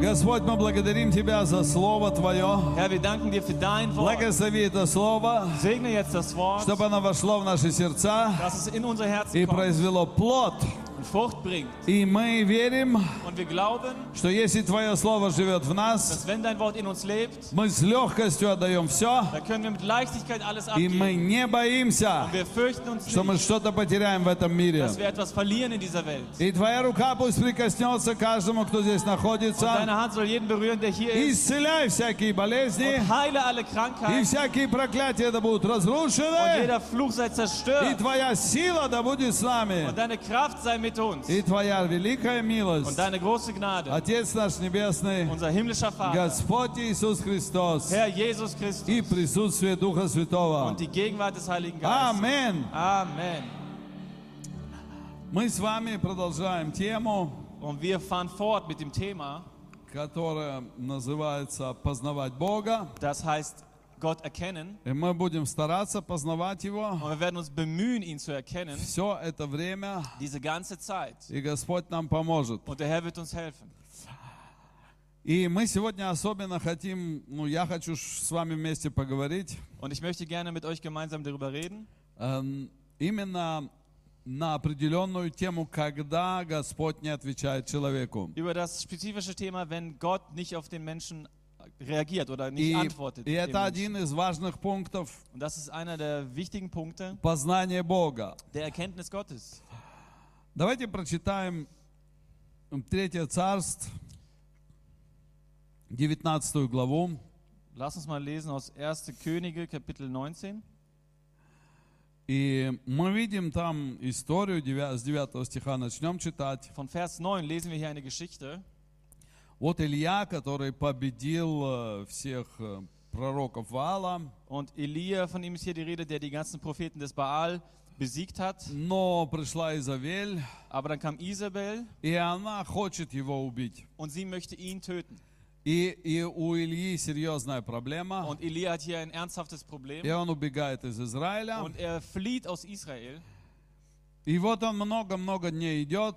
Господь, мы благодарим Тебя за Слово Твое. Herr, wir danken dir für dein Wort. Благослови это Слово, Segne jetzt das Wort, чтобы оно вошло в наши сердца dass es in unser и Herzen kommt произвело плод. und Frucht bringt. И мы верим, Und wir glauben, что если Твое Слово живет в нас, dass wenn dein Wort in uns lebt, мы с легкостью отдаем все, da können wir mit Leichtigkeit alles и мы abgeben. не боимся, Wir fürchten uns что мы nicht, что-то потеряем в этом мире. dass wir etwas verlieren in dieser Welt. И Твоя рука пусть прикоснется к каждому, кто здесь находится. Deine Hand soll jeden berühren, der hier ist. Исцеляй всякие болезни, Und heile alle и Krankheiten. всякие проклятия да будут Und разрушены, jeder Fluch sei и zerstört. Твоя сила да будет с нами, Und deine Kraft sei mit uns. и Твоя великая милость. Und deine große Gnade. Отец наш Небесный, Unser himmlischer Vater. Господь Иисус Христос Herr Jesus Christus. и присутствие Духа Святого. Und die Gegenwart des Heiligen Geistes. Аминь. Amen. Мы с вами продолжаем тему, Und wir fahren fort mit dem Thema, которая называется «Познавать Бога». das heißt Gott erkennen. И мы будем стараться познавать Его Und wir werden uns bemühen, ihn zu erkennen, все это время, diese ganze Zeit. и Господь нам поможет. Und der Herr wird uns helfen. И мы сегодня особенно хотим, ну, я хочу ш- с вами вместе поговорить Und ich möchte gerne mit euch gemeinsam darüber reden, эм, именно на определенную тему, когда Господь не отвечает человеку. über das spezifische Thema, wenn Gott nicht auf den Menschen reagiert oder nicht И, antwortet. и dem это Menschen. один из важных пунктов Und das ist einer der wichtigen Punkte познания Бога. der Erkenntnis Gottes. Давайте прочитаем Третье Царство, 19 главу. Lass uns mal lesen aus 1. Könige, Kapitel 19. И мы видим там историю, девя- с 9 стиха начнем читать. Von Vers 9 lesen wir hier eine Geschichte. Вот Илья, который победил э, всех э, пророков Вала, Und Elia, von ihm ist hier die Rede, der die ganzen Propheten des Baal besiegt hat. но пришла Изавель, Aber dann kam Isabel и она хочет его убить. und sie möchte ihn töten. И, и у Ильи серьезная проблема, Und Elia hat hier ein ernsthaftes и Problem. он убегает из Израиля. Und er flieht aus Israel. И вот он много-много дней идет,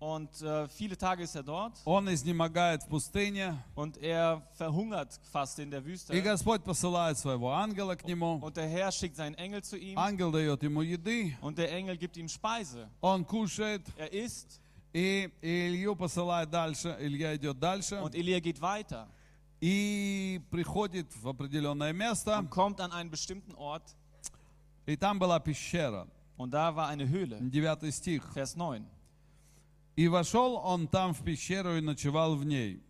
Und äh, viele Tage ist er dort. он изнемогает в пустыне, Und er verhungert fast in der и Wüste. Господь посылает своего ангела к нему. Und der Herr schickt seinen Engel zu ihm. Ангел дает ему еды, Und der Engel gibt ihm Speise. он кушает, Er isst. и, и Илью посылает дальше, Илья идет дальше, Und Elia geht weiter. и приходит в определенное место, und kommt an einen bestimmten Ort и там была пещера, und da war eine Höhle. 9 стих. Vers 9. «И вошел он там в пещеру и ночевал в ней.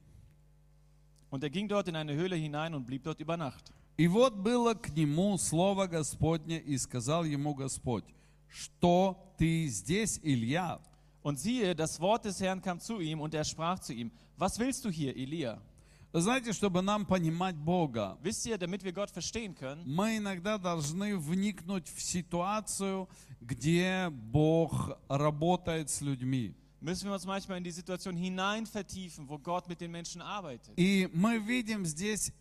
Und er ging dort in eine Höhle hinein und blieb dort über Nacht. И вот было к нему слово Господне, и сказал ему Господь, что ты здесь, Илья?» Und siehe, das Wort des Herrn kam zu ihm und er sprach zu ihm, was willst du hier, Elia? Вы Знаете, чтобы нам понимать Бога, Wisst ihr, damit wir Gott verstehen können, мы иногда должны вникнуть в ситуацию, где Бог работает с людьми. müssen wir uns manchmal in die Situation hinein vertiefen, wo Gott mit den Menschen arbeitet. И мы видим здесь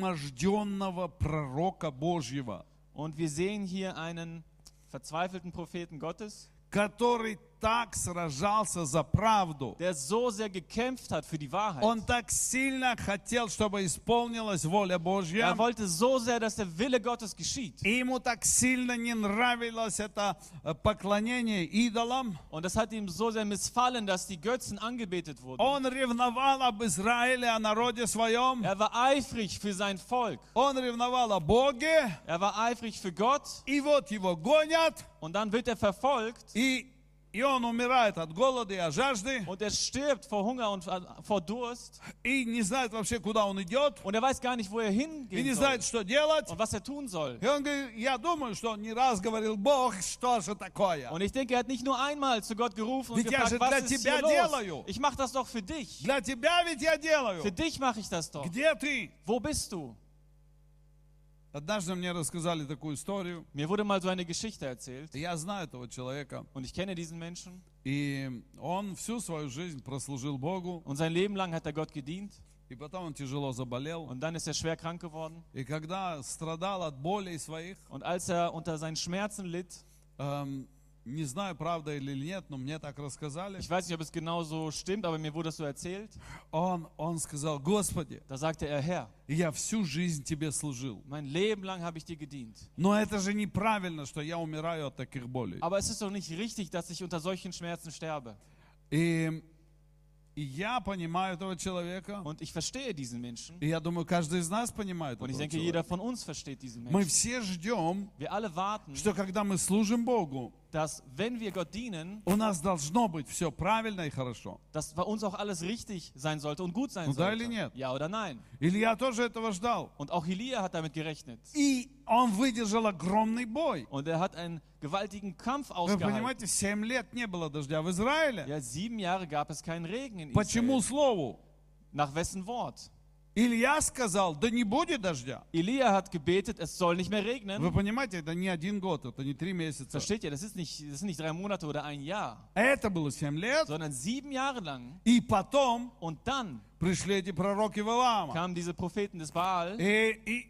изнеможденного пророка Божьего, Und wir sehen hier einen verzweifelten Propheten Gottes, который так сражался за правду. der so sehr gekämpft hat für die Он Wahrheit. так сильно хотел, чтобы исполнilась воля Божья. Er wollte so sehr, dass der Wille Gottes geschieht. И ему так сильно не нравилось это э, поклонение идолам. Und das hat ihm so sehr missfallen, dass die Götzen angebetet wurden. Он ревновал об Израиле, о народе своем. Er war eifrig für sein Volk. Он ревновал о Боге. Er war eifrig für Gott И вот его гонят. und dann wird er verfolgt И, и он умирает от голода и от жажды. und er stirbt vor Hunger und äh, vor Durst И не знает вообще, куда он идет. und er weiß gar nicht, wo er И не hingehen soll знает, что делать. und was er tun soll. И он говорит, я думаю, что он не раз говорил, Бог, что же такое? Und ich denke, er hat nicht nur einmal zu Gott gerufen und Ведь я gefragt, же was для ist тебя hier los? делаю. Ich mache das doch für dich. Для тебя ведь я делаю. Für dich mache ich das doch. Где ты? Wo bist du? Однажды мне рассказали такую историю. Mir wurde mal so eine Geschichte erzählt Я знаю этого человека. und ich kenne diesen Menschen И он всю свою жизнь прослужил Богу, und sein Leben lang hat er Gott gedient и потом он тяжело заболел. und dann ist er schwer krank geworden И когда страдал от болей своих, und als er unter seinen Schmerzen litt, эм, Не знаю, правда или нет, но мне так рассказали. Ich weiß nicht, ob es genau so stimmt, aber mir wurde das so erzählt. Он, он сказал, Господи, Da sagte er, Herr, я всю жизнь Тебе служил. mein Leben lang habe ich dir gedient. Но это же неправильно, что я умираю от таких болей. Aber es ist doch nicht richtig, dass ich unter solchen Schmerzen sterbe. И, и я понимаю этого человека. Und ich verstehe diesen Menschen. И я думаю, каждый из нас понимает Und ich этого denke, человека. jeder von uns versteht diesen Мы Menschen. все ждем, Wir alle warten, что когда мы служим Богу, dass wenn wir Gott dienen, у нас должно быть все правильно и хорошо. dass bei uns auch alles richtig sein sollte und gut sein Und da sollte. nicht. Ja oder nein? Илья тоже этого ждал. Und auch Elia hat damit gerechnet. И он выдержал огромный бой. Und er hat einen gewaltigen Kampf Вы ausgehalten. понимаете, семь лет не было дождя в Израиле. Ja, sieben Jahre gab es keinen Regen in Почему Israel. слову? Nach wessen Wort? Илья сказал, да не будет дождя. Elia hat gebetet, es soll nicht mehr Вы regnen. понимаете, это не один год, это не три месяца. Versteht ihr, das ist nicht, das sind nicht drei Monate oder ein Jahr, Это было семь лет. sondern sieben Jahre lang. И потом Und dann пришли эти пророки Валаама. kamen diese Propheten des Baal И, и,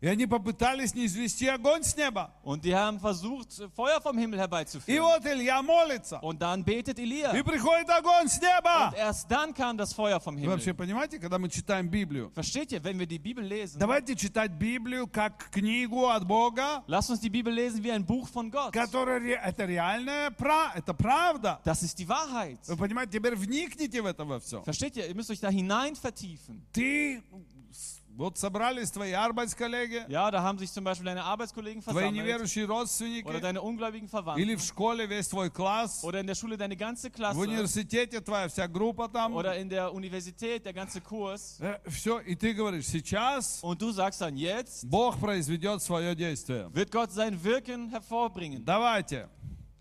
и они попытались не извести огонь с неба. und die haben versucht, Feuer vom Himmel И herbeizuführen. вот Илья молится. Und dann betet Elia. И Und приходит огонь с неба. erst dann kam das Feuer vom Вы вообще Himmel. понимаете, когда мы читаем Библию? Versteht ihr, wenn wir die Bibel lesen, Давайте читать Библию как книгу от Бога, lasst uns die Bibel lesen wie ein Buch von Gott. которая ре- это реальная пра- это правда. Das ist die Wahrheit. Вы понимаете, теперь вникните в это во все. Versteht ihr, ihr müsst euch da hinein vertiefen. Ты с- вот собрались твои арбайсколлеги, Ja, da haben sich zum Beispiel deine Arbeitskollegen твои versammelt неверующие oder родственники, deine ungläubigen или Verwandten в школе весь твой класс, oder in der Schule deine ganze в Klasse университете твоя вся группа там. oder in der Universität der ganze Kurs. Все, и ты говоришь, сейчас Und du sagst dann, jetzt Бог произведет свое действие. wird Gott sein Wirken hervorbringen. Давайте.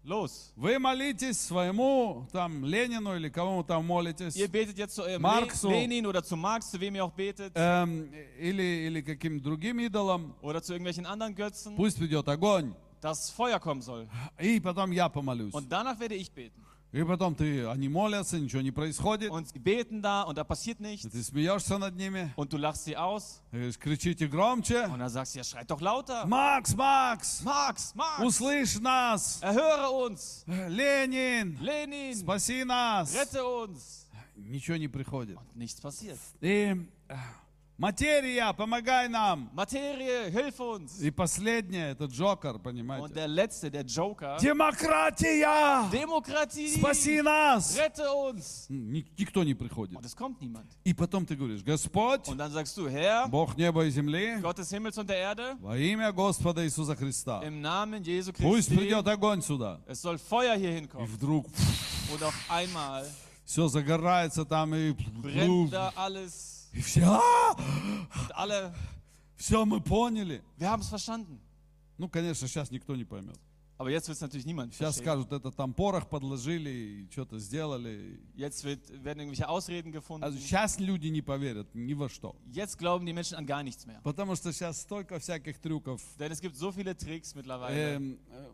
Los. Вы молитесь своему там Ленину или кому вы там молитесь, Ihr betet jetzt zu eurem Le Marx so. Äh. Lenin oder zu Marx, zu wem ihr auch betet, эм, или, или каким другим идолам, oder zu irgendwelchen anderen Götzen, пусть ведет огонь. dass Feuer kommen soll. И потом я помолюсь. Und danach werde ich beten. И потом ты, они молятся, ничего не происходит. Und sie beten da und da passiert nichts. И Ты смеешься над ними, Und du lachst sie aus и говоришь, кричите громче. und dann sagst du, ja, schreit doch lauter. Макс, Макс, Marx, Marx, услышь нас. erhöre uns. Ленин, Lenin, спаси нас. rette uns. Nичего не приходит. Und nichts passiert. И э, материя, помогай нам. Materie, hilf uns. И последнее, это Джокер, Und понимаете. der letzte, der Joker. Демократия! Demokratie, Спаси нас! rette uns. Ни- Никто не приходит. Und es kommt niemand. И потом ты говоришь, Господь, Und dann sagst du, Herr, Бог неба и земли, Gott des Himmels und der Erde, во имя Господа Иисуса Христа, im Namen Jesu пусть Christi, придет огонь сюда. es soll Feuer hier И hinkommen. вдруг Und auf einmal все загорается там и... brennt da alles. И все, Und alle, все мы poняли. wir haben es verstanden. Ну, конечно, сейчас никто не поймет. Aber jetzt wird es natürlich niemand Сейчас verstehen. скажут, это там порох подложили и что-то сделали. Jetzt wird, werden irgendwelche Ausreden Also gefunden. сейчас люди не поверят ни во что. Jetzt glauben die Menschen an gar nichts mehr. Потому что сейчас столько всяких трюков. Denn es gibt so viele Tricks mittlerweile. Эм, э,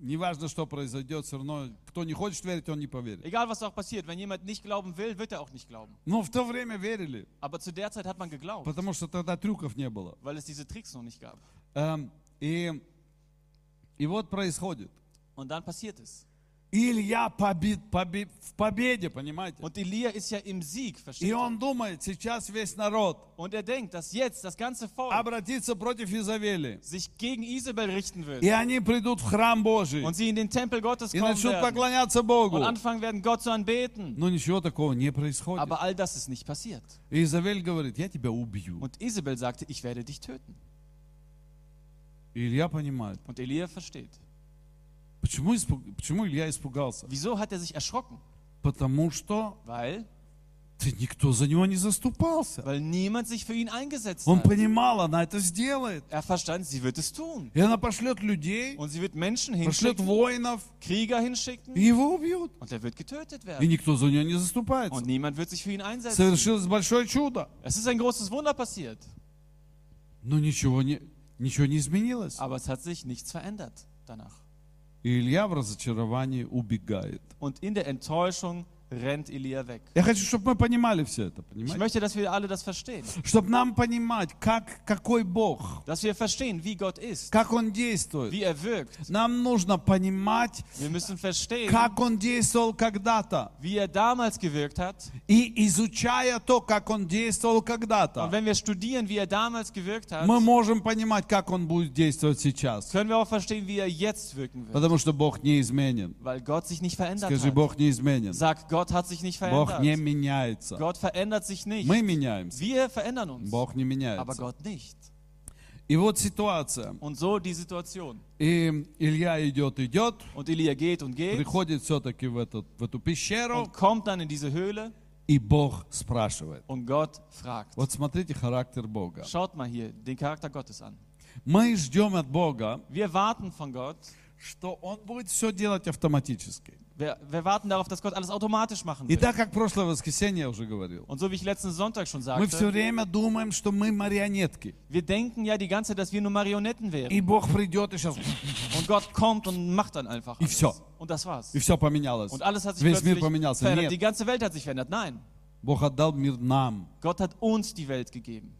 неважно, что произойдет, все равно, кто не хочет верить, он не поверит. Egal was auch passiert, wenn jemand nicht glauben will, wird er auch nicht glauben. Но в то время верили, Aber zu der Zeit hat man geglaubt, потому что тогда трюков не было. weil es diese Tricks noch nicht gab. Эм, и, и вот происходит. Und dann passiert es. Илья побед, побе- в победе, понимаете? Und Elia ist ja im Sieg, versteht И ihr? он думает, сейчас весь народ Und er denkt, dass jetzt das ganze Volk обратится против Изавели. sich gegen Isabel richten wird. И они придут в храм Божий. Und sie in den Tempel Gottes И kommen начнут werden. поклоняться Und Богу. anfangen werden, Gott zu anbeten. Но ничего такого не происходит. Aber all das ist nicht passiert. И Изавель говорит, я тебя убью. Und Isabel sagte, ich werde dich töten. И Илья понимает, Und Elia versteht. почему, испуг- почему Илья испугался? Wieso hat er sich erschrocken? Потому что Weil, ты никто за него не заступался. weil niemand sich für ihn eingesetzt Он hat. понимал, она это сделает. Er verstand, sie wird es tun. И она пошлет людей, Und sie wird Menschen пошлет hinschicken, воинов, Krieger и hinschicken его убьют. und er wird getötet И werden. никто за нее не заступается. Und niemand wird sich für ihn einsetzen. Совершилось большое чудо. Es ist ein großes Wunder passiert, Но ничего не, ничего не изменилось. aber es hat sich nichts verändert danach. И Илья в разочаровании убегает. Und in der Enttäuschung rennt Elia weg. Я хочу, чтобы мы понимали все это, Ich понимаете? möchte, dass wir alle das verstehen. Чтобы нам понимать, как, какой Бог, Dass wir verstehen, wie Gott ist, как Он действует. wie er wirkt. Нам нужно понимать, Wir müssen verstehen, как Он действовал когда-то. wie er damals gewirkt hat. И изучая то, как Он действовал Und когда-то, wenn wir studieren, wie er damals gewirkt hat, мы можем понимать, как Он будет действовать сейчас. können wir auch verstehen, wie er jetzt wirken wird. Потому что Бог неизменен. Weil Gott sich nicht verändert Скажи, hat. Бог неизменен. Sag, Gott hat sich nicht Бог не verändert. меняется. Gott verändert sich nicht. Мы меняемся. Wir verändern uns, Бог не aber меняется. Gott nicht. И вот ситуация. Und so die Situation. И Илья идет, идет, Und Elia geht und geht приходит все-таки в, этот, в эту пещеру, und kommt dann in diese Höhle и Бог спрашивает. und Gott fragt. Вот смотрите характер Бога. Schaut mal hier den Charakter Gottes an. Мы ждем от Бога, Wir warten von Gott. что Он будет все делать автоматически. Wir, wir warten darauf, dass Gott alles automatisch machen И wird. так как прошлое воскресенье я уже говорил, Und so wie ich letzten Sonntag schon мы все sagte, время думаем, что мы марионетки. wir denken ja die ganze Zeit, dass wir nur Marionetten wären. И Бог придет и сейчас, Und Gott kommt und macht dann einfach Ich alles. so. Und das war's. и все поменялось. Und alles hat sich Весь мир plötzlich поменялся. verändert. Die Нет, ganze Welt hat sich verändert. Nein, Бог отдал мир нам. Gott hat uns die Welt gegeben.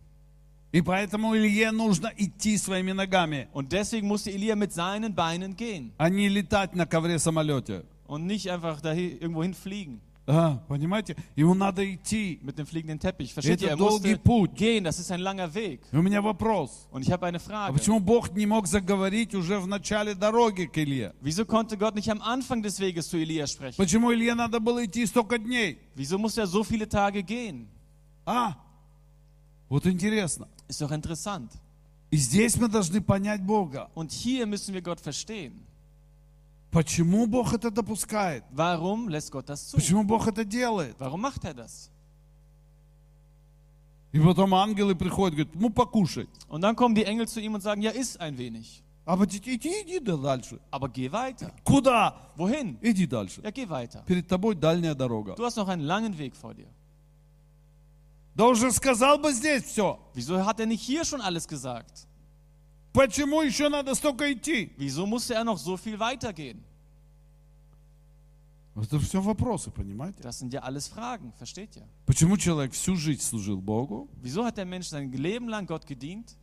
И поэтому Илье нужно идти своими ногами, Und deswegen musste Elia mit seinen Beinen gehen а не летать на ковре-самолете. und nicht einfach dahin, irgendwo hinfliegen А, Понимаете? Ему надо идти. mit dem fliegenden Teppich. Versteht Это ihr? Er долгий musste путь. gehen, das ist ein langer Weg. И у меня вопрос. Und ich habe eine А Frage. почему Бог не мог заговорить уже в начале дороги к Илье? Wieso konnte Gott nicht am Anfang des Weges zu Elia sprechen? Почему Илье надо было идти столько дней? Wieso musste er so viele Tage gehen? А? Вот интересно. Ist doch interessant. И здесь мы должны понять Бога. Und hier müssen wir Gott verstehen. Почему Бог это допускает? Warum lässt Gott das zu? Почему Бог это делает? Warum macht er das? И потом ангелы приходят, говорят, ну покушай. Und dann kommen die Engel zu ihm und sagen, ja, iss ein wenig, А вот иди, иди, иди да дальше. aber geh weiter. Куда? Wohin? Иди дальше. Ja, geh weiter. Перед тобой дальняя дорога. Du hast noch einen langen Weg vor dir. Да уже сказал бы здесь все. Wieso hat er nicht hier schon alles gesagt? Почему еще надо столько идти? Wieso musste er noch so viel weitergehen? Это все вопросы, понимаете? Das sind ja alles Fragen, versteht ihr? Почему человек всю жизнь служил Богу, Wieso hat der Mensch sein Leben lang Gott gedient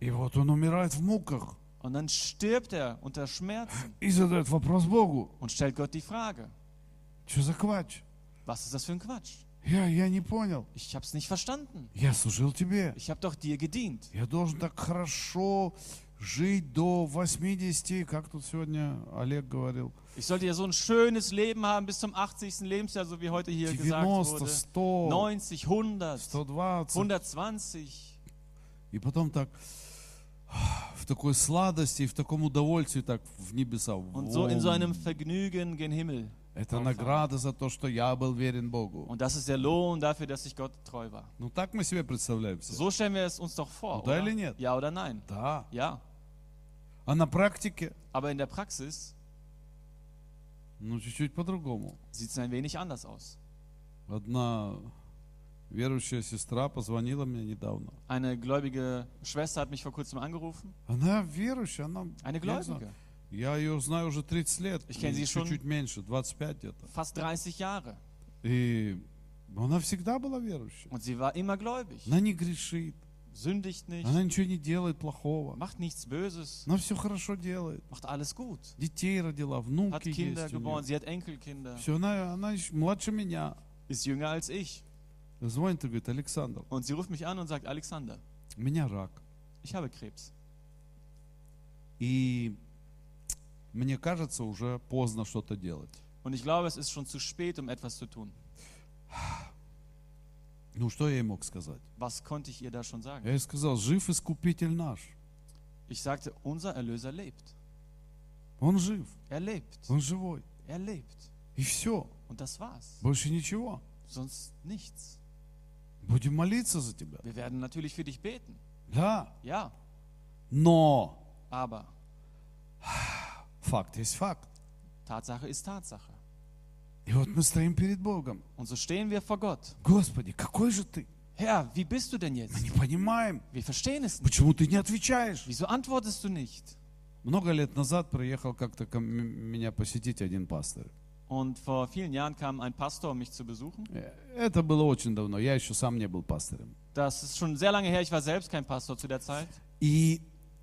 и вот он умирает в муках und dann stirbt er unter Schmerzen и задает вопрос Богу, und stellt Gott die Frage, что за квач? was ist das für ein Quatsch? Я, я не понял. Ich hab's nicht verstanden. Я служил тебе. Ich hab doch dir gedient. Я должен так хорошо жить до 80, как тут сегодня Олег говорил, Ich sollte ja so ein schönes Leben haben bis zum 80. Lebensjahr, so wie heute hier gesagt 90, wurde. 100, 90, 100, 120. 120. И потом так в такой сладости, в таком удовольствии, так в небеса. Und so in so Воу. einem Vergnügen gen Himmel. Это награда за то, что я был верен Богу. Und das ist der Lohn dafür, dass ich Gott treu war. Ну так мы себе представляем все. So stellen wir es uns doch vor. Oder Oder? или нет? Ja oder nein? Да. Ja. А на практике, Aber in der Praxis ну чуть-чуть по-другому. sieht es ein wenig anders aus. Одна верующая сестра позвонила мне недавно. Eine gläubige Schwester hat mich vor kurzem angerufen. Она верующая, она... Eine я не знаю, Gläubige. Я ее знаю уже 30 лет, Ich kenne и sie schon- чуть-чуть меньше, 25 где-то. Fast 30 Jahre. И она всегда была верующей. Und sie war immer gläubig. Она не грешит, Sündigt nicht. она ничего не делает плохого. Macht nichts Böses. Она все хорошо делает. Macht alles gut. Детей родила, Hat внуки Kinder есть у geboren. нее. Sie hat Enkelkinder. Все, она, она ещё младше меня. Ist jünger als ich. Звонит и говорит, Александр, Und sie ruft mich an und sagt, Alexander, у меня рак. ich habe Krebs. И мне кажется, уже поздно что-то делать. Und ich glaube, es ist schon zu spät, um etwas zu tun. Ну, что я ей мог сказать? Was konnte ich ihr da schon sagen? Я ей сказал, жив искупитель наш. Ich sagte, unser Erlöser lebt. Он жив, Er lebt. он живой. Er lebt. И все, Und das war's. больше ничего. Sonst nichts. Будем молиться за тебя. Wir werden natürlich für dich beten. Да, Ja, но aber факт есть факт. Tatsache ist Tatsache. И вот мы стоим перед Богом. Und so stehen wir vor Gott. Господи, какой же ты? Herr, wie bist du denn Мы jetzt? не понимаем, Wir verstehen es nicht. почему ты не отвечаешь. Wieso antwortest du nicht? Много лет назад приехал как-то ко м- меня посетить один пастор. Und vor vielen Jahren kam ein Pastor, um mich zu besuchen. Э, Это было очень давно, я еще сам не был пастором. Das ist schon sehr lange her, ich war selbst kein Pastor zu der Zeit. И,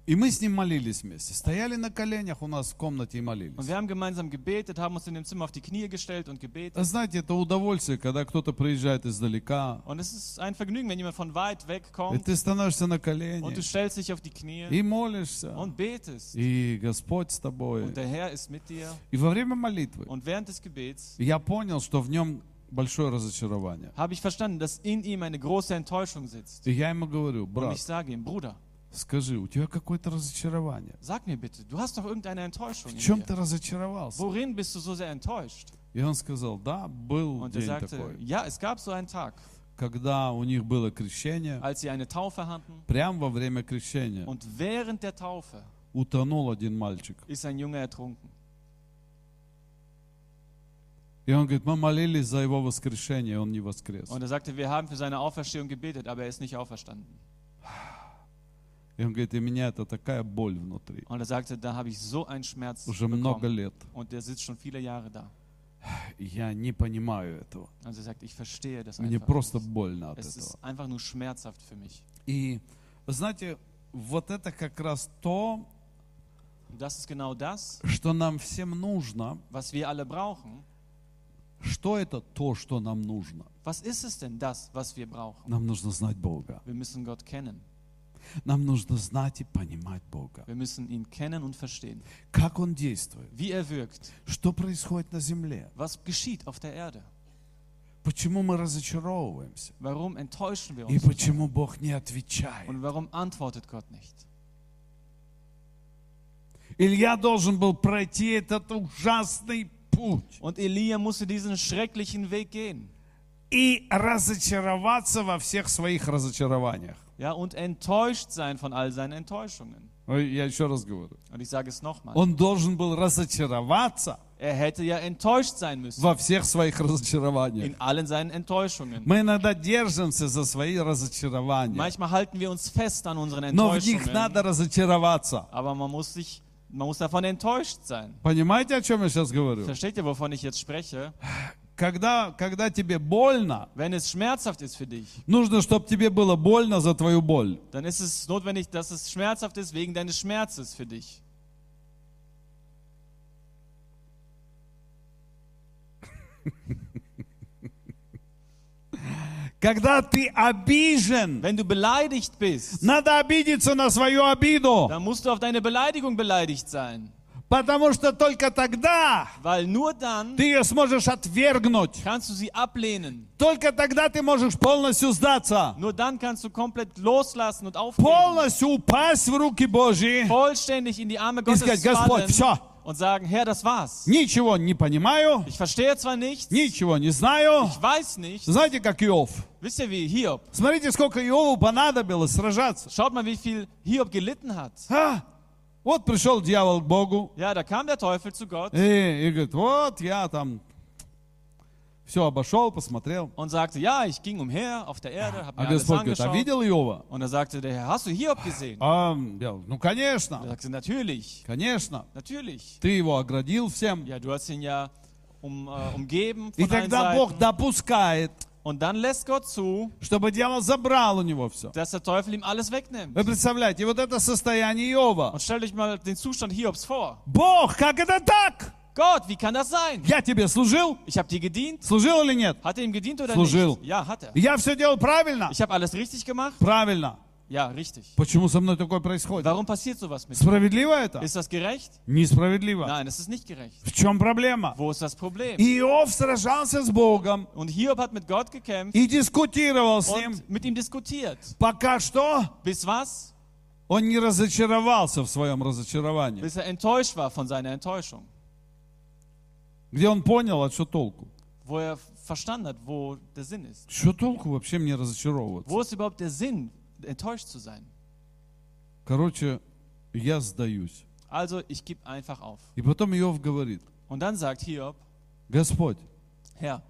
и мы с ним молились вместе. Стояли на коленях у нас в комнate и Und молились. wir haben gemeinsam gebetet, haben uns in dem Zimmer auf die Knie gestellt und gebetet. А Знаете, это удовольствие, когда кто-то приезжает издалека, Und es ist ein Vergnügen, wenn jemand von weit weg и kommt ты становишься на und du колени stellst dich auf die Knie и молишься, und betest. и Господь с тобой. Und der Herr ist mit dir. И во время молитвы Und während des Gebets я poнял, что в нем большое разочарование. habe ich verstanden, dass in ihm eine große Enttäuschung sitzt. И я ему говорю, Und брат, ich sage ihm, Bruder, скажи, у тебя какое-то разочарование. sag mir bitte, du hast doch irgendeine Enttäuschung В in чем dir. ты разочаровался? Worin bist du so sehr enttäuscht? И он сказал, да, был Und er день sagte, такой, ja, es gab so einen Tag, когда у них было крещение, als sie eine Taufe hatten прямо во время крещения und während der Taufe утонул один мальчик. ist ein Junge ertrunken. И он говорит, мы молились за его воскрешение, и он не воскрес. Und er sagte, wir haben für seine Auferstehung gebetet, aber er ist nicht auferstanden. И он говорит, и меня это такая боль внутри. Und er sagte, da habe ich so einen Schmerz Уже много bekommen. лет. Und der sitzt schon viele Jahre da. Я не понимаю этого. Also er sagt, ich verstehe das Мне einfach. просто nicht. больно от es этого. ist einfach nur schmerzhaft für mich. И, знаете, вот это как раз то, Und das ist genau das, что нам всем нужно. was wir alle brauchen. Что это то, что нам нужно? Was ist es denn das, was wir brauchen? Нам нужно знать Бога. Wir müssen Gott kennen. Нам нужно знать и понимать Бога. Wir müssen ihn kennen und verstehen. Как Он действует. Wie er wirkt. Что proисходит на земле. Was geschieht auf der Erde? Почему мы разочаровываемся. Warum enttäuschen wir И uns? почему Бог не отвечает. Und warum antwortet Gott nicht? Илья должен был пройти этот ужасный путь Und Elia musste diesen schrecklichen Weg gehen. и разочароваться во всех своих разочарованиях. Ja, und enttäuscht sein von all seinen Enttäuschungen. Ой, Я еще раз говорю. Und ich sage es nochmal. Он должен был разочароваться Er hätte ja enttäuscht sein müssen. во всех своих разочарованиях. In allen seinen Enttäuschungen. Мы иногда держимся за свои разочарования, Manchmal halten wir uns fest an unseren но в них Enttäuschungen. надо разочаrovаться. Aber man muss sich, man muss davon enttäuscht sein. Понимаете, о чем я сейчас говорю? Versteht ihr, wovon ich jetzt spreche? Когда, когда тебе больно, Wenn es schmerzhaft ist für dich, нужно, чтобы тебе было больно за твою боль. dann ist es notwendig, dass es schmerzhaft ist wegen deines Schmerzes für dich. Когда ты обижен, Wenn du beleidigt bist, надо обидеться на свою обиду, dann musst du auf deine Beleidigung beleidigt sein. потому что только тогда Weil nur dann ты ее sможешь отвергнуть. kannst du sie ablehnen. Только тогда ты можешь polностью сдаться, Nur dann kannst du komplett loslassen und aufgeben. полностью упасть в руки Божьи Vollständig in die Arme и Gottes сказать, Господь, fallen все, und sagen, Herr, das war's. ничего не понимаю, Ich verstehe zwar nichts, ничего не знаю. ich weiß nicht. Знаете, как Иов? Wisst ihr wie? Hiob. Смотрите, сколько Иову понадобилось сражаться. Schaut mal, wie viel Hiob gelitten hat. А, вот пришел дьявол к Богу Ja, da kam der Teufel zu Gott и, и говорит, вот я там все обошел, посмотрел. und sagte, ja, ich ging umher auf der Erde, habe А mir alles Господь говорит, а angeschaut. видел Иова? Und da sagte der Herr, hast du Hiob gesehen? А, я говорю, ну, Er конечно, sagte, natürlich, конечно. natürlich. Ты его оградил всем. Ja, du hast ihn ja um, äh, umgeben И von allen тогда Бог Seiten. допускает, Und dann lässt Gott zu, чтобы дьявол забрал у него все. dass der Teufel ihm alles wegnimmt. Вы представляете, и вот это состояние Иова. Und stellt euch mal den Zustand Hiobs vor. Бог, как это так? Gott, wie kann das sein? Я тебе служил? Ich habe dir gedient. Служил или нет? Hat er ihm gedient oder Служил. nicht? Ja, hat er. Я все делал правильно? Ich habe alles richtig gemacht? Правильно. Ja, richtig. Почему со мной такое происходит? Warum passiert sowas mit mir? Справедливо это? Ist das gerecht? Несправедливо. Nein, es ist nicht gerecht. В чем проблема? Wo ist das Problem? Иов сражался с Богом Und Hiob hat mit Gott gekämpft и дискутировал с ним, und mit ihm diskutiert. пока что Bis was? он не разочаровался в своем разочаровании, Bis er enttäuscht war von seiner Enttäuschung. где он понял, а что толку? Wo er verstanden hat, wo der Sinn ist. Что толку вообще мне разочаровываться? Wo ist überhaupt der Sinn, enttäuscht zu sein? Короче, я сдаюсь. Also, ich gebe einfach auf. И потом Иов говорит, Und dann sagt Hiob, Господь, Herr,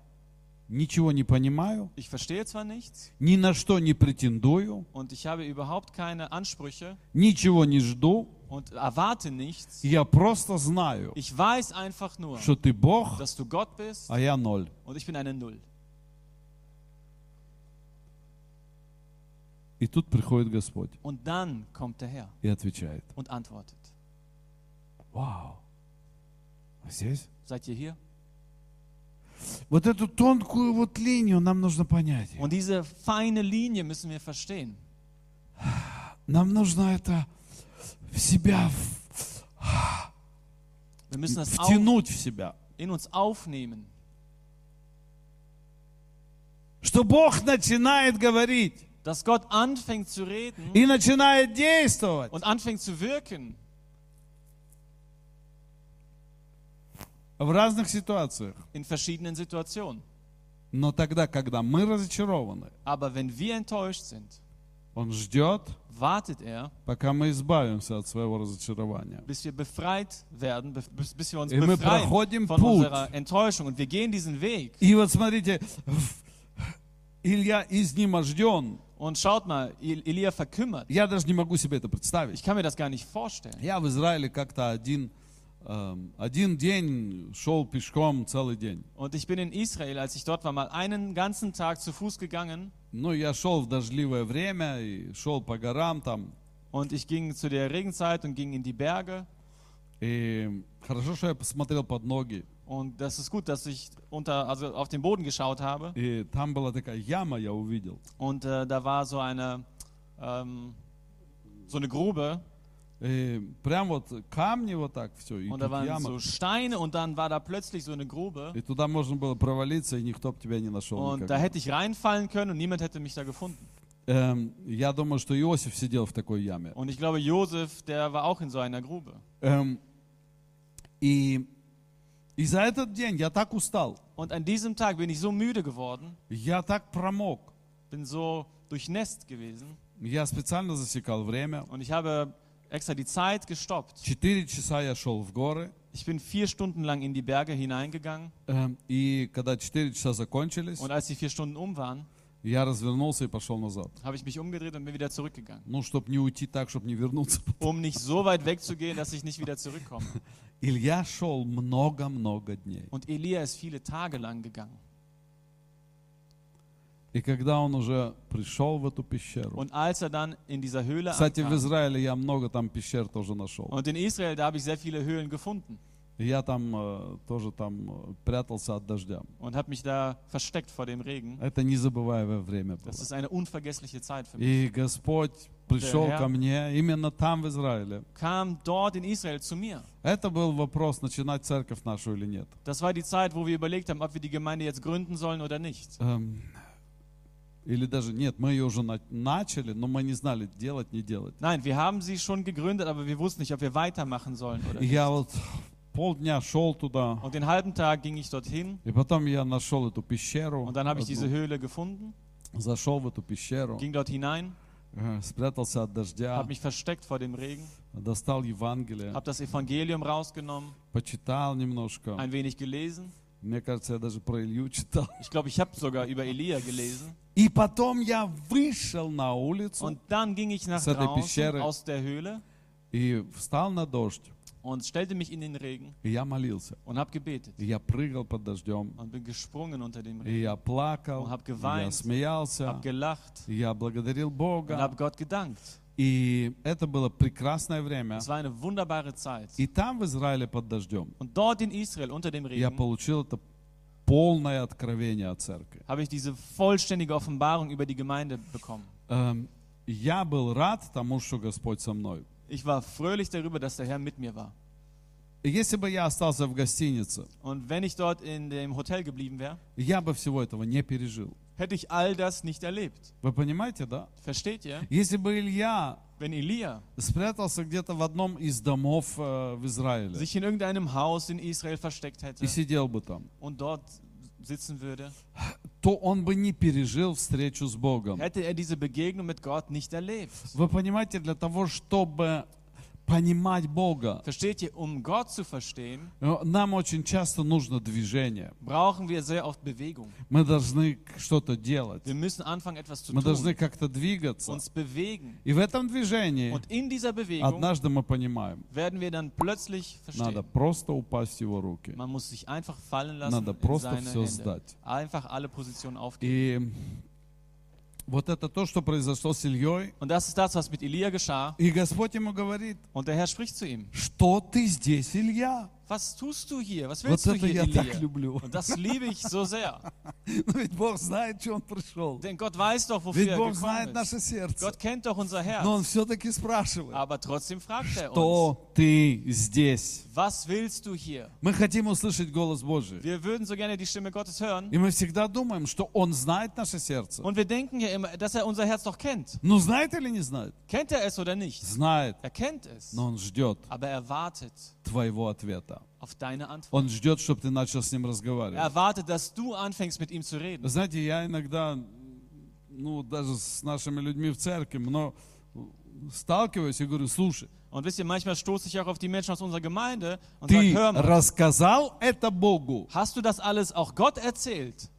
ничего не понимаю, Ich verstehe zwar nichts ни на что не претендую, und ich habe überhaupt keine Ansprüche ничего не жду, und erwarte nichts. я просто знаю, Ich weiß einfach nur, что ты Бог, dass du Gott bist а я ноль. und ich bin eine Null. И тут приходит Господь Und dann kommt der Herr и отвечает, und antwortet. вау, а здесь? Seid ihr hier? Вот эту тонкую вот линию нам нужно понять. Und diese feine Linie müssen wir verstehen. Нам нужно это в себя, в- Wir müssen das auf, втянуть в себя. in uns aufnehmen. Что Бог начинает говорить Dass Gott anfängt zu reden и начинает действовать. und anfängt zu wirken В разных ситуациях. in verschiedenen Situationen. Но тогда, когда мы разочарованы, Aber wenn wir enttäuscht sind, Он ждет, wartet er, пока мы избавимся от своего разочарования. bis wir befreit werden, be- bis, bis wir uns Ey, wir befreien проходим von путь. unserer Enttäuschung. Und wir gehen diesen Weg. И вот смотрите, Илья изнеможден. Und schaut mal, Il- Elia verkümmert. Я даже не могу себе это представить. Ich kann mir das gar nicht vorstellen. Я в Израиле как-то один, эм, один день шел пешком целый день. Und ich bin in Israel, als ich dort war, mal einen ganzen Tag zu Fuß gegangen. Ну, я шел в дождливое время и шел по горам там. Und ich ging zu der Regenzeit und ging in die Berge. И хорошо, что я посмотрел под ноги. Und das ist gut, dass ich unter, also auf den Boden geschaut habe. И там была такая яма, я увидел. Und äh, da war so eine, ähm, so eine Grube. И прям вот камни вот так все, и Und da тут waren яма. so Steine und dann war da plötzlich so eine Grube. И туда можно было провалиться, и никто бы тебя не нашел. Und da hätte ich reinfallen können und niemand hätte mich da gefunden. Эм, я думаю, что Иосиф сидел в такой яме. Und ich glaube, Josef, der war auch in so einer Grube. Эм, и, и за этот день я так устал, Und an diesem Tag bin ich so müde geworden, я так промок. bin so durchnässt gewesen. Я специально засекал время. Und ich habe extra die Zeit gestoppt. Четыре часа я шел в горы. Ich bin vier Stunden lang in die Berge hineingegangen. Эм, и когда четыре часа закончились, Und als die vier Stunden um waren, я развернулся и пошел назад. habe ich mich umgedreht und bin wieder zurückgegangen. Ну, чтобы не уйти так, чтобы не вернуться. Um nicht so weit wegzugehen, dass ich nicht wieder zurückkomme. Илья шел много-много дней. Und Elia ist viele Tage lang gegangen. И когда он уже пришел в эту пещеру, Und als er dann in dieser Höhle Кстати, в ankam, Израиле я много там пещер тоже нашел. und in Israel, da habe ich sehr viele Höhlen gefunden И Я там э, тоже там э, прятался от дождя. und habe mich da versteckt vor dem Regen. Это незабываемое время было. Das ist eine unvergessliche Zeit für mich. И Господь пришел ко мне именно там, в Израиле. Kam dort in Israel zu mir. Это был вопрос, начинать церковь нашу или нет. Das war die Zeit, wo wir überlegt haben, ob wir die Gemeinde jetzt gründen sollen oder nicht. Эм, Или даже нет, мы ее уже на- начали, но мы не знали, делать, не делать. Nein, wir haben sie schon gegründet, aber wir wussten nicht, ob wir weitermachen sollen oder И nicht. я вот полдня шел туда, Und den halben Tag ging ich dorthin и потом я нашел эту пещеру, und dann habe ich diese одну. Höhle gefunden, зашел в эту пещеру, ging dort hinein, э, спрятался от дождя, habe mich versteckt vor dem Regen, достал Евангелие, habe das Evangelium rausgenommen, почитал немножко. ein wenig gelesen. Мне кажется, я даже про Илью читал. Ich glaube, ich habe sogar über Elia gelesen. И потом я вышел на улицу Und dann ging ich nach Das hat die draußen Pichere. aus der Höhle и встал на дождь. und stellte mich in den Regen И я молился. und habe gebetet И я прыгал под дождем. und bin gesprungen unter dem Regen, И я плакал. Und hab и Я geweint. смеялся. habe gelacht И я благодарил und habe Бога. Gott gedankt. И это было прекрасное время. Es war eine wunderbare Zeit. И там, в Израиле, под дождем, Und dort in Israel unter dem я Regen получил это полное откровение о церкви. habe ich diese vollständige Offenbarung über die Gemeinde bekommen. Эм, Я был рад тому, что Господь со мной. Ich war fröhlich darüber, dass der Herr mit mir war. И Если бы я остался в гостинице, Und wenn ich dort in dem Hotel geblieben wäre, я бы всего этого не пережил. hätte ich all das nicht erlebt. Вы понимаете, да? Versteht ihr? Если бы Илья Wenn Elia спрятался где-то в одном из домов э, в Израиле sich in irgendeinem Haus in Israel versteckt hätte и сидел бы там, und dort sitzen würde, то он бы не пережил встречу с Богом. hätte er diese Begegnung mit Gott nicht erlebt. Вы понимаете, для того, чтобы понимать Бога. Versteht ihr, um Gott zu verstehen, Э, Нам очень часто нужно движение. brauchen wir sehr oft Bewegung. Мы должны к- что-то делать. Wir müssen anfangen, etwas zu Мы должны tun, как-то двигаться. uns bewegen. И в этом движении Und in dieser Bewegung однажды мы понимаем, werden wir dann plötzlich надо verstehen. просто упасть в его руки. Man muss sich einfach fallen lassen Надо in просто seine все Hände. сдать. Einfach alle Positionen aufgeben. И вот это то, что произошло с Ильей. Und das ist das, was mit Elia geschah. И Господь ему говорит, Und der Herr spricht zu ihm. что ты здесь, Илья? Was tust du hier? Was Вот willst du это hier, я так Elia? люблю. Und das liebe ich so sehr. Но ведь Бог знает, что он пришел. Denn Gott weiß doch, wofür Ведь er Бог знает gekommen ist. наше сердце. Gott kennt doch unser Но Herz. он все-таки спрашивает, Aber trotzdem fragt er uns, что ты здесь? was willst du hier? Мы хотим услышать голос Божий. Wir würden so gerne die Stimme Gottes hören. И мы всегда думаем, что он знает наше сердце. Und wir denken ja immer, dass er unser Herz doch kennt. Ну, знает или не знает? Kennt er es oder nicht? Знает, Er kennt es. но он ждет Aber er wartet твоего ответа. auf deine Antwort. Он ждет, чтобы ты начал с ним Er разговаривать. erwartet, dass du anfängst, mit ihm zu reden. Знаете, я иногда, ну, даже с нашими людьми в церкви, но сталкиваюсь и говорю, слушай, Und wisst ihr, manchmal stoße ich auch auf die Menschen aus unserer Gemeinde und sage, ты hör mal, рассказал это Богу? hast du das alles auch Gott erzählt?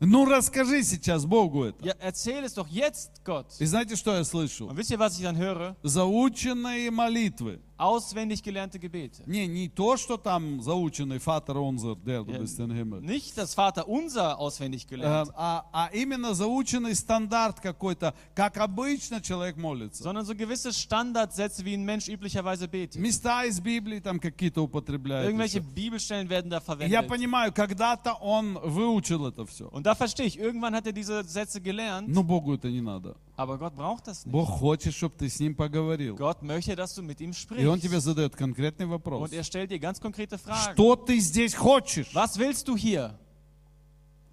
Ну, расскажи сейчас Богу это. Ja, erzähl es doch jetzt Gott. И знаете, что я слышу? Und wisst ihr, was ich dann höre? Заученные молитвы. Auswendig gelernte Gebete. Не, не то, что там заученный Фатер Онзер, der du Ja, bist im Himmel. Nicht das Vaterunser auswendig Э, gelernt, А, а именно заученный стандарт какой-то, как обычно человек молится. sondern so gewisse Standardsätze, wie ein Mensch üblicherweise betet. Места из Библии там какие-то употребляют. Irgendwelche еще. Bibelstellen werden da И Я verwendet. понимаю, когда-то он выучил это все. Und da verstehe ich, irgendwann hat er diese Sätze gelernt, Но Богу это не надо. aber Gott braucht das nicht. Бог хочет, чтобы ты с ним поговорил. Gott möchte, dass du mit ihm И он тебе sprichst. задает конкретный вопрос. Und er stellt dir ganz konkrete Fragen. Что ты здесь хочешь? Was willst du hier?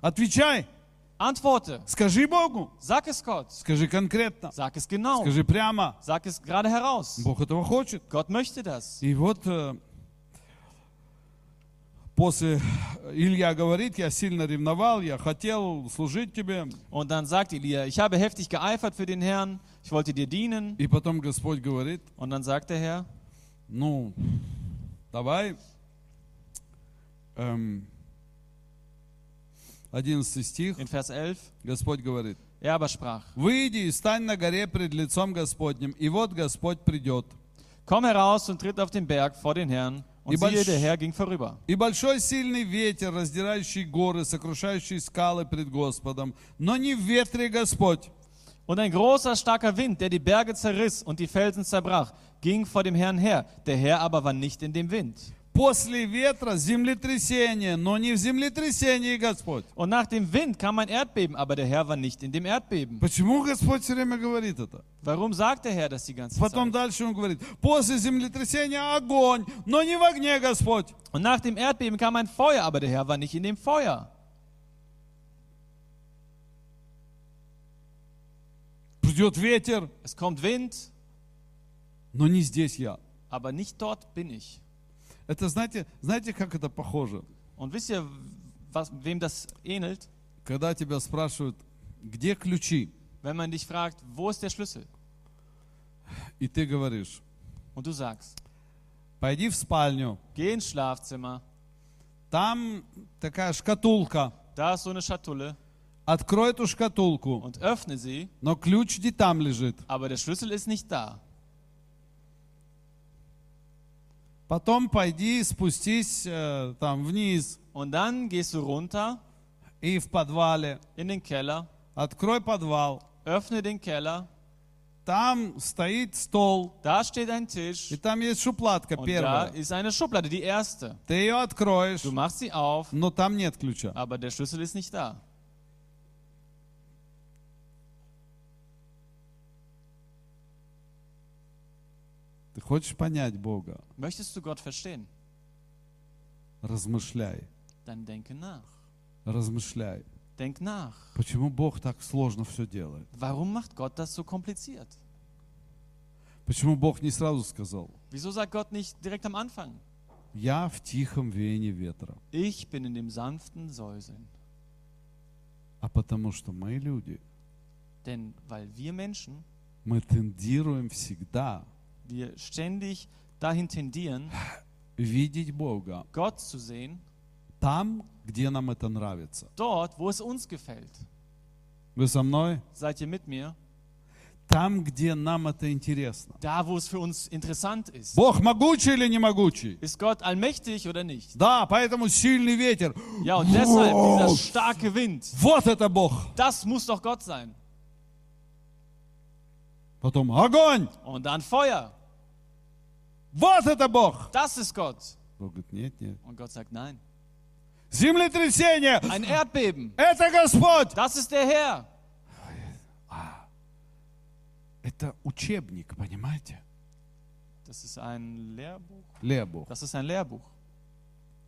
Отвечай. Antworte. Скажи Богу. Sag es Gott. Скажи конкретно. Sag es genau. Скажи прямо. Sag es gerade heraus. Бог этого хочет. Gott möchte das. И вот э, после Илья говорит, я сильно ревновал, я хотел служить тебе. Und dann sagt Elia, ich habe heftig geeifert für den Herrn, ich wollte dir dienen. И потом Господь говорит, Und dann sagt der Herr, ну, давай. Эм, 11 стих. in Vers 11, Господь говорит, er aber sprach, выйди и стань на горе пред лицом Господним, и вот Господь придет. komm heraus und tritt auf den Berg vor den Herrn. Und Die Ball- siehe, der Herr ging vorüber. И большой сильный ветер, раздирающий горы, сокрушающий скалы пред Господом, но не в ветре Господь. Und ein großer, starker Wind, der die Berge zerriss und die Felsen zerbrach, ging vor dem Herrn her. Der Herr aber war nicht in dem Wind. После ветра землетрясение, но не в землетрясении Господь. Und nach dem Wind kam ein Erdbeben, aber der Herr war nicht in dem Erdbeben. Почему Господь все время говорит это? Warum sagt der Herr das die ganze Zeit? Потом дальше он говорит, после землетрясения огонь, но не в огне Господь. Und nach dem Erdbeben kam ein Feuer, aber der Herr war nicht in dem Feuer. Придет ветер, Es kommt Wind, но не здесь я. aber nicht dort bin ich. Это знаете, знаете, как это похоже? Und wisst ihr, was, wem das ähnelt? Когда тебя спрашивают, где ключи? Wenn man dich fragt, wo ist der Schlüssel? И ты говоришь, Und du sagst, пойди в спальню, geh ins Schlafzimmer, там такая шкатулка, da ist so eine Schatulle открой эту шкатулку, und öffne sie, но ключ не там лежит. aber der Schlüssel ist nicht da. Потом пойди, спустись э, там вниз, Und dann gehst du runter и в подвале. in den Keller, Открой подвал. öffne den Keller, Там стоит стол, da steht ein и Tisch там есть шуплатка und da первая. ist eine Schublade, die erste. Ты ее откроешь, Du machst sie auf, но там нет ключа. aber der Schlüssel ist nicht da. Ты хочешь понять Бога? Möchtest du Gott verstehen? Размышляй, Dann denke nach. размышляй. Denk nach. Почему Бог так сложно все делает? Warum macht Gott das so kompliziert? Почему Бог не sразу сказал, Wieso sagt Gott nicht direkt am Anfang? я в тихом веянии ветра? Ich bin in dem sanften Säuseln. А потому что мы люди, Denn weil wir Menschen, мы тендируем всегда wir ständig dahin tendieren, видеть Бога Gott zu sehen, там, где нам это нравится. dort, wo es uns gefällt. Вы со мной? Seid ihr mit mir? Там, где нам это интересно. Da, wo es für uns interessant ist. Бог могучий или не могучий? Ist Gott allmächtig oder nicht? Да, поэтому сильный ветер. Ja, und deshalb dieser starke Wind, Вот это Бог. das muss doch Gott sein. Потом огонь. Und dann Feuer, Вот это Бог. das ist Gott. Бог говорит, нет, нет. Und Gott sagt nein. Землетрясение. Ein Erdbeben, Это Господь. das ist der Herr. Это учебник, понимаете? Das ist ein Lehrbuch. Лебо. Das ist ein Lehrbuch.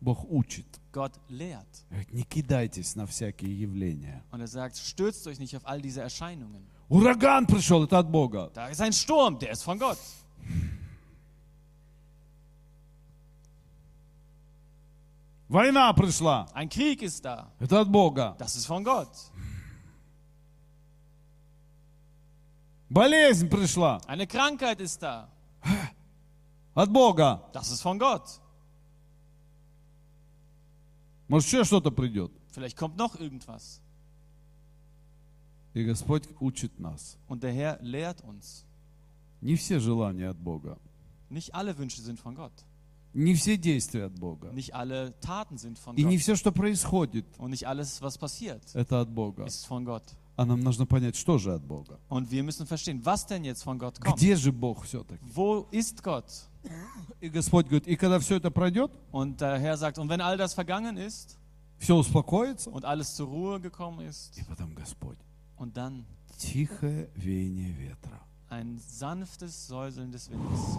Bог учит. Gott lehrt. Говорит, не кидайтесь на всякие явления. Und er sagt, stürzt euch nicht auf all diese Erscheinungen. Ураган пришел, это от Бога. Da ist ein Sturm, der ist von Gott. Война пришла, Ein Krieg ist da, это от Бога. das ist von Gott. Болезнь пришла, Eine Krankheit ist da, от Бога. das ist von Gott. Может, еще что-то придет. Vielleicht kommt noch irgendwas. И Господь учит нас. Und der Herr lehrt uns. Не все желания от Бога. Nicht alle Wünsche sind von Gott. Не все действия от Бога. Nicht alle Taten sind von И не Gott. все, что происходит, Und nicht alles, was passiert, это от Бога. ist von Gott. А нам нужно понять, что же от Бога. Und wir müssen verstehen, was denn jetzt von Gott kommt. Где же Бог все-таки? Wo ist Gott? И Господь говорит, и когда все это пройдет, Und der Herr sagt, und wenn all das vergangen ist все успокоится. und alles zur Ruhe gekommen ist, И потом Господь, und dann тихое веяние ветра. ein sanftes Säuseln des Windes.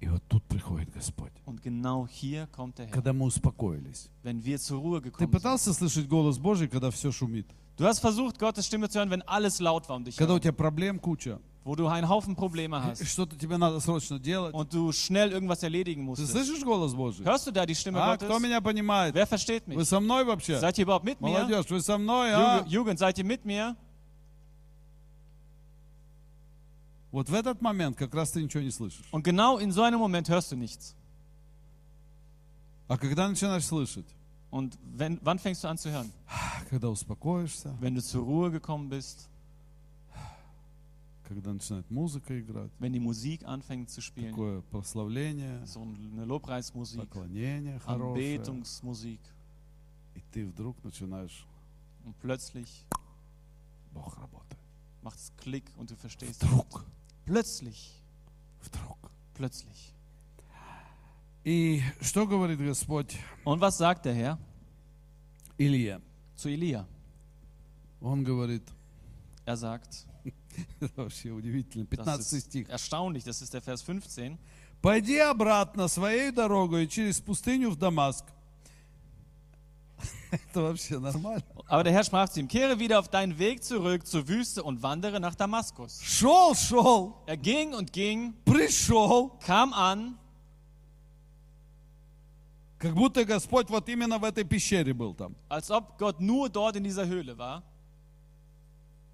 И вот тут приходит Господь. Und genau hier kommt der Herr, Когда мы успокоились. wenn wir zur Ruhe Ты gekommen sind. пытался слышать голос Божий, когда все шумит? Du hast versucht, Gottes Stimme zu hören, wenn alles laut war um dich Когда у herum, тебя проблем kуча, wo du einen Haufen Probleme и hast что-то тебе надо срочно делать. und du schnell irgendwas erledigen Ты musstest. слышишь голос Божий? Hörst du da die Stimme А, кто Gottes? меня понимает? Wer versteht Вы mich? со мной вообще? Seid ihr überhaupt mit mir? Молодежь, вы со мной, а? Jugend, Jugend, seid ihr mit mir? Вот в этот момент как раз ты ничего не слышишь. Und genau in so einem Moment hörst du nichts. А когда начинаешь слышать? А, Und wenn, wann fängst du an zu hören? Когда успокоишься, Wenn du zur Ruhe gekommen bist, когда начинает музыка играть, wenn die Musik anfängt zu spielen, такое прославление, so eine Lobpreismusik, поклонение хорошее, Anbetungsmusik и ты вдруг начинаешь, und plötzlich Бог работает. macht es Klick und du verstehst. Вдруг, Plötzlich, вдруг. plötzlich. И что говорит Господь Und was sagt der Herr Илье? zu Elia? Он говорит, Er sagt, это вообще удивительно, das 15 ist стих. erstaunlich, das ist der Vers 15. «Пойди обратно своей дорогой через пустыню в Дамаск». Это вообще нормально. Aber der Herr sprach zu ihm, kehre wieder auf deinen Weg zurück zur Wüste und wandere nach Damaskus. Шел, шел, Er ging und ging, пришел, kam an, как будто Господь вот именно в этой пещере был там. als ob Gott nur dort in dieser Höhle war.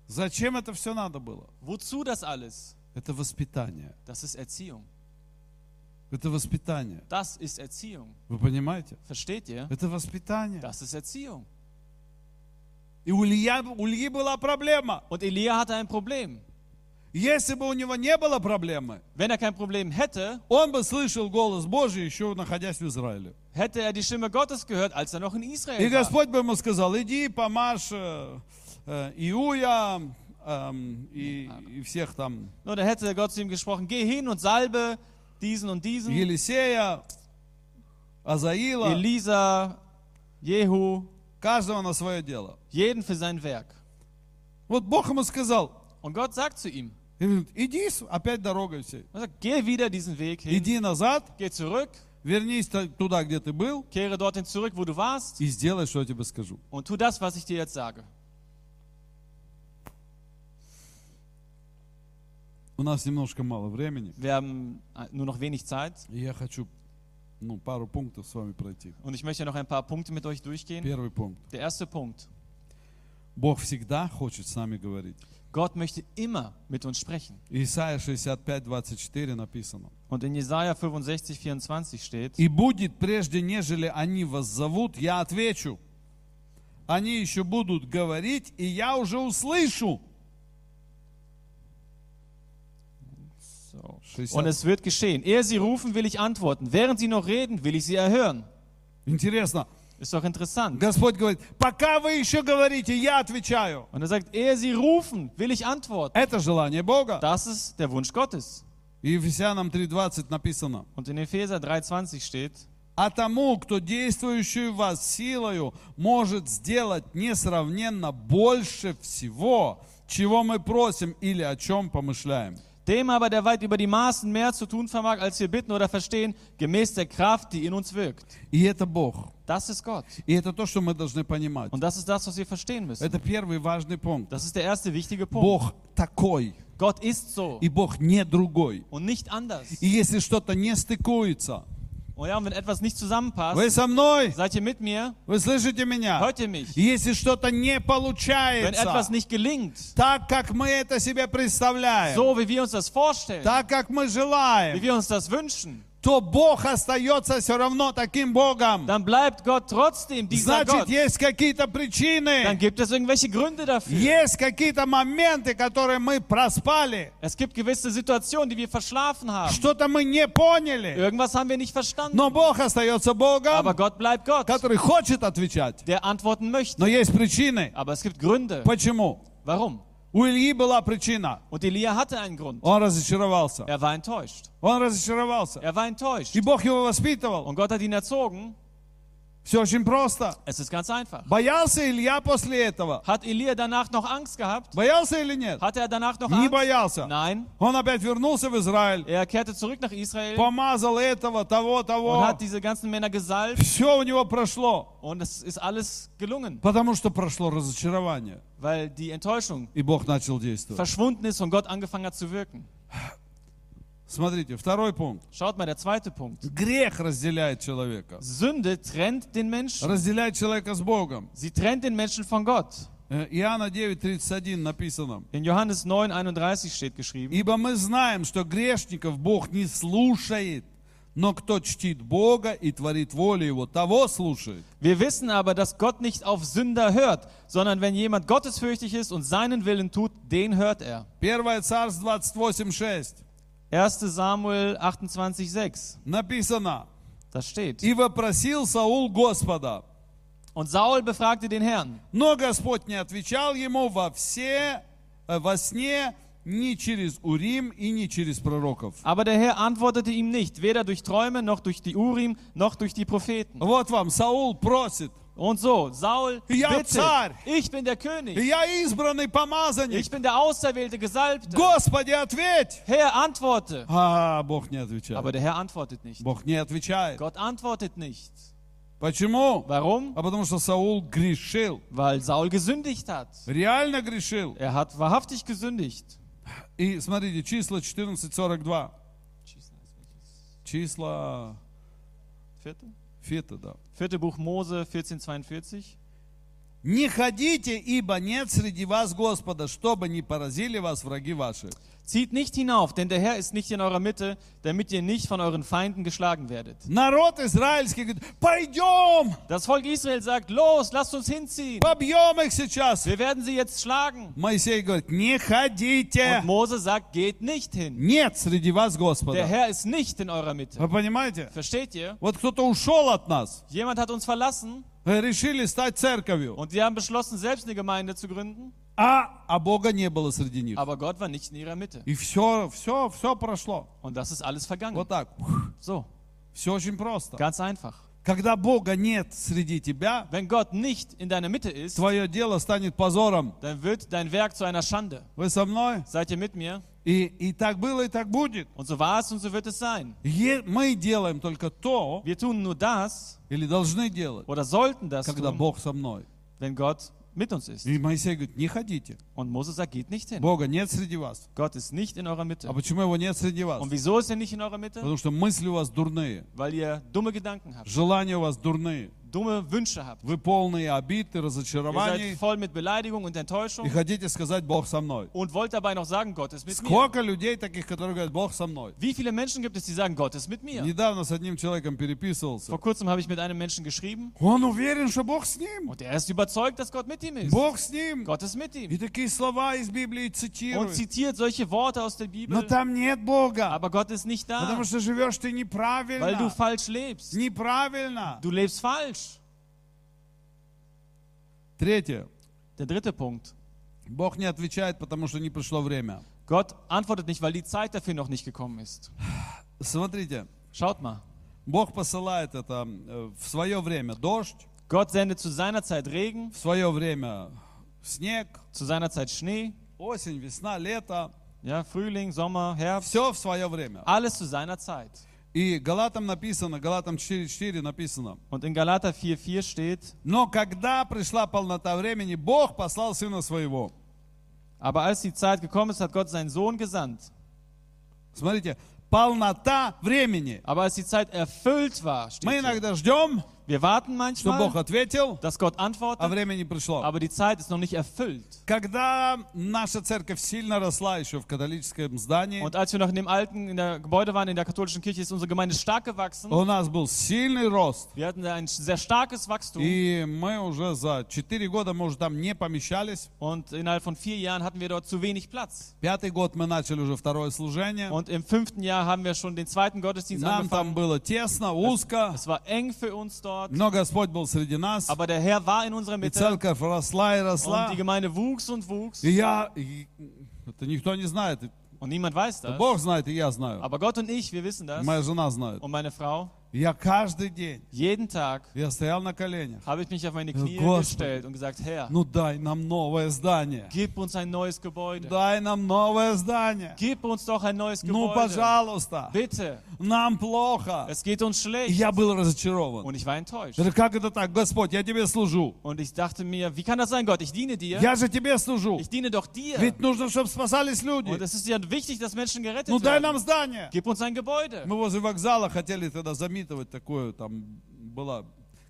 Зачем это все надо было? Wozu das alles? Это воспитание. Das ist Erziehung. Это воспитание. Das ist Erziehung. Вы понимаете? Versteht ihr? Это воспитание. Das ist Erziehung. И у Илья- у Ильи была проблема. Und Elia hatte ein Problem. Если бы у него не было проблемы, Wenn er kein Problem hätte, он бы слышал голос Божий, еще находясь в Израиле. hätte er die Stimme Gottes gehört, als er noch in И Israel war. Господь бы ему сказал, иди, помажь э, э, Иуя эм, и, и всех там, Nur da hätte Gott zu ihm gesprochen, geh hin und salbe diesen und diesen, Елисея, Азаила, Elisa, Jehu, каждого на свое дело. jeden für sein Werk. Вот Бог ему сказал, Und Gott sagt zu ihm, и говорит, иди с- опять дорогой всей, er sagt, geh wieder diesen Weg hin, иди назад, geh zurück, вернись та- туда, где ты был, kehre dorthin zurück, wo du warst и сделай, что я тебе скажу. und tu das, was ich dir jetzt sage. У нас немножко мало времени, Wir haben äh, nur noch wenig Zeit и я хочу ну, пару пунктов с вами пройти. und ich möchte noch ein paar Punkte mit euch durchgehen. Первый пункт. Der erste Punkt. Бог всегда хочет с нами говорить. Gott möchte immer mit uns sprechen. Исайя 65, 24 написано. Und in Jesaja 65, 24 steht, И будет, прежде нежели они вас зовут, я отвечу. Они еще будут говорить, и я уже услышу. so. Schieß und ab. es wird geschehen. Ehe sie rufen, will ich antworten. Während sie noch reden, will ich sie erhören. Интересно. Ist doch interessant. Господь говорит, пока вы еще говорите, я отвечаю. Und er sagt, ehe sie rufen, will ich antworten. Это желание Бога. Das ist der Wunsch Gottes. И Ефесянам 3.20 написано. Und in Epheser 3,20 steht, А тому, кто действующий в вас силою, может сделать несравненно больше всего, чего мы просим или о чем помышляем. Dem aber, der weit über die Maßen mehr zu tun vermag, als wir bitten oder verstehen, gemäß der Kraft, die in uns wirkt. И это Бог. Das ist Gott. И это то, что мы должны понимать. Und das ist das, was wir verstehen müssen. Это первый важный пункт. Das ist der erste wichtige Punkt. Бог такой, Gott ist so и Бог не другой. und nicht anders. И если что-то не стыкуется, Und ja, und wenn etwas nicht zusammenpasst, вы со мной, seid ihr mit mir, вы слышите меня? hört ihr mich. И Если что-то не Wenn etwas получается, nicht gelingt, так как мы это себе представляем, so wie wir uns das vorstellen, так как мы wie желаем, wir uns das wünschen, то Бог остается все равно таким Богом. dann bleibt Gott trotzdem dieser Значит, Gott. есть какие-то Dann причины, gibt es irgendwelche Gründe dafür. есть какие-то моменты, которые мы проспали, Es gibt gewisse Situationen, die wir verschlafen haben. что-то мы не поняли. Irgendwas haben wir nicht verstanden. Но Бог остается Богом. Aber Gott bleibt Gott. который хочет отвечать. der antworten möchte. Но есть причины. Aber es gibt Gründe. Почему? Warum? У Ильи была причина. Und Elia hatte einen Grund. Он разочаровался. Er war enttäuscht. Он разочаровался. Er war enttäuscht. И Бог его воспитывал. Und Gott hat ihn erzogen. Все очень просто. Es ist ganz einfach. Боялся Илья после этого? Hat Elia danach noch Angst gehabt? Boялся или нет? Hatte er danach noch Не Angst? боялся. Nein. Он опять вернулся в Израиль. Er kehrte zurück nach Israel Помазал этого, того, und того. hat diese ganzen Männer gesalbt. Все у него прошло. Und es ist alles gelungen, Потому что прошло разочарование. weil die Enttäuschung И Бог начал действовать. verschwunden ist und Gott angefangen hat zu wirken. Смотрите, второй пунkt. Schaut mal, der zweite Punkt. Грех разделяет человека. Sünde trennt den Menschen. Разделяет человека с Богом. Sie trennt den Menschen von Gott. Э, Иоанна 9:31 написано. In Johannes 9, 31 steht geschrieben. Ибо мы знаем, что грешников Бог не слушает, но кто чтит Бога и творит волю Его, того слушает. Wir wissen aber, dass Gott nicht auf Sünder hört, sondern wenn jemand gottesfürchtig ist und seinen Willen tut, den hört er. 1 Царств 28:6 1. Samuel 28,6. написано. Das steht. И вопросил Саул Господа, Und Saul befragte den Herrn. но Господь не отвечал ему во все э, во сне ни через Урим и не через пророков. Aber der Herr antwortete ihm nicht, weder durch Träume, noch durch die Urim, noch durch die Propheten. Вот вам Саул просит, Und so, Saul, Ja, bitte, Zar. ich bin der «И König, я избранный помазанник, ich bin der auserwählte Gesalbte. Господи, ответь! Herr, antworte. А, Бог не отвечает. Aber der Herr antwortet nicht. Бог не отвечает. Gott antwortet nicht. Почему? Warum? А потому что Саул грешил. Weil Saul gesündigt hat. Реально грешил. Er hat wahrhaftig gesündigt. И смотрите, числа 14.42. Числа Vierte? Фета, да. Vierte Buch Mose 1442. Не ходите, ибо нет среди вас Господа, чтобы не поразили вас враги ваши. Zieht nicht hinauf, denn der Herr ist nicht in eurer Mitte, damit ihr nicht von euren Feinden geschlagen werdet. Народ израильский говорит, пойдем, Das Volk Israel sagt, los, lasst uns hinziehen. побьем их сейчас. Wir werden sie jetzt schlagen. Моисей говорит, не Und ходите. Mose sagt, geht nicht hin. Нет среди вас Der Господа. Herr ist nicht in eurer Mitte. Вы понимаете? Versteht ihr? Вот кто-то ушел от нас, Jemand hat uns verlassen э, решили стать церковью, und sie haben beschlossen, selbst eine Gemeinde zu gründen, а, а Бога не было среди них. aber Gott war nicht in ihrer Mitte. И все, все, все прошло. Und das ist alles vergangen. Вот так. So, Все очень просто. ganz einfach. Когда Бога нет среди тебя, Wenn Gott nicht in deiner Mitte ist, твое дело станет позором. dann wird dein Werk zu einer Schande. Вы со мной? Seid ihr mit mir? И, и так было, и так будет. Und so war es und so wird es sein. Е- мы делаем только то, Wir tun nur das или должны делать, oder sollten das когда tun, Бог со мной. wenn Gott mit uns ist. И Моисей говорит, не ходите. Und Moses sagt, geht nicht hin. Бога нет среди вас. Gott ist nicht in eurer А Mitte. почему его нет среди вас? Und wieso ist er nicht in eurer Mitte? Потому что мысли у вас дурные, Weil ihr dumme Gedanken habt, желания у вас дурные, dumme Wünsche habt. Вы полные обид и Ihr seid разочарований voll mit Beleidigung und и Enttäuschung хотите сказать «Бог со мной». und wollt dabei noch sagen, Gott ist mit mir. Сколько людей таких, которые говорят «Бог со мной»? Wie viele Menschen gibt es, die sagen, Gott ist mit mir? Недавно с одним человеком переписывался. Vor kurzem habe ich mit einem Menschen geschrieben Он уверен, что Бог с ним. und er ist überzeugt, dass Gott mit ihm ist. Бог с ним. Gott ist mit И ihm такие слова из Библии und цитирует. zitiert solche Worte aus der Но Bibel. там нет Бога. Aber Gott ist nicht da, Потому что живешь ты weil du неправильно. falsch lebst. Неправильно. Du lebst falsch. Третье. Der dritte Punkt. Бог не отвечает, потому что не пришло время. Gott antwortet nicht, weil die Zeit dafür noch nicht gekommen ist. Смотрите, Schaut mal. Бог посылает это э, в свое время дождь, Gott sendet zu seiner Zeit Regen, в свое время снег, zu seiner Zeit Schnee, осень, весна, лето. ja, Frühling, Sommer, Herbst, Все в свое время. alles zu seiner Zeit. И Галатам написано, Галатам 4.4 написано, Und in Galater 4,4 steht, Но когда пришла полнота времени, Бог послал Сына Своего. aber als die Zeit gekommen ist, hat Gott seinen Sohn gesandt. Смотрите, полнота времени. Aber als die Zeit erfüllt war, steht Мы hier, иногда ждем, wir warten что Бог manchmal, ответил, dass Gott а antwortet, время не пришло. aber die Zeit ist noch nicht erfüllt. Когда наша церковь сильно росла еще в католическом здании, Und als wir noch in dem alten in der Gebäude waren, in der katholischen Kirche, ist unsere Gemeinde stark gewachsen. у нас был сильный рост. Wir hatten da ein sehr starkes Wachstum. И мы уже за 4 года, мы уже там не помещались. Und innerhalb von vier Jahren hatten wir dort zu wenig Platz. Пятый год мы начали уже второе служение. Und im fünften Jahr haben wir schon den zweiten Gottesdienst Нам там angefangen. было тесно, узко, Es war eng für uns dort, но Господь был среди нас. aber der Herr war in unserer И Mitte. церковь росла и Und росла. die Gemeinde wuchs und wuchs. И я... и- это никто не знает. и Und niemand weiß das. Бог знает, и я знаю. Aber Gott und ich, wir wissen das. Моя жена знает. Und meine Frau, Я каждый день, jeden Tag я стоял на коленях. habe ich mich auf meine Ja, Knie Gott. gestellt und gesagt, Herr, Ну дай нам новое здание. gib uns ein neues Gebäude. Дай нам новое здание. Gib uns doch ein neues Ну, Gebäude. пожалуйста. Bitte, Нам плохо. es geht uns И schlecht. я был разочарован. Und ich war enttäuscht. Это Как это так, Господь, я тебе служу. Und ich dachte mir, wie kann das sein, Gott? Ich diene dir. Я же тебе служу. Ich diene doch dir. Ведь нужно, чтобы спасались Und люди. es ist ja wichtig, dass Menschen Ну gerettet дай нам werden. здание. Gib uns ein Gebäude. Мы возле вокзала хотели тогда замитывать такое, там была,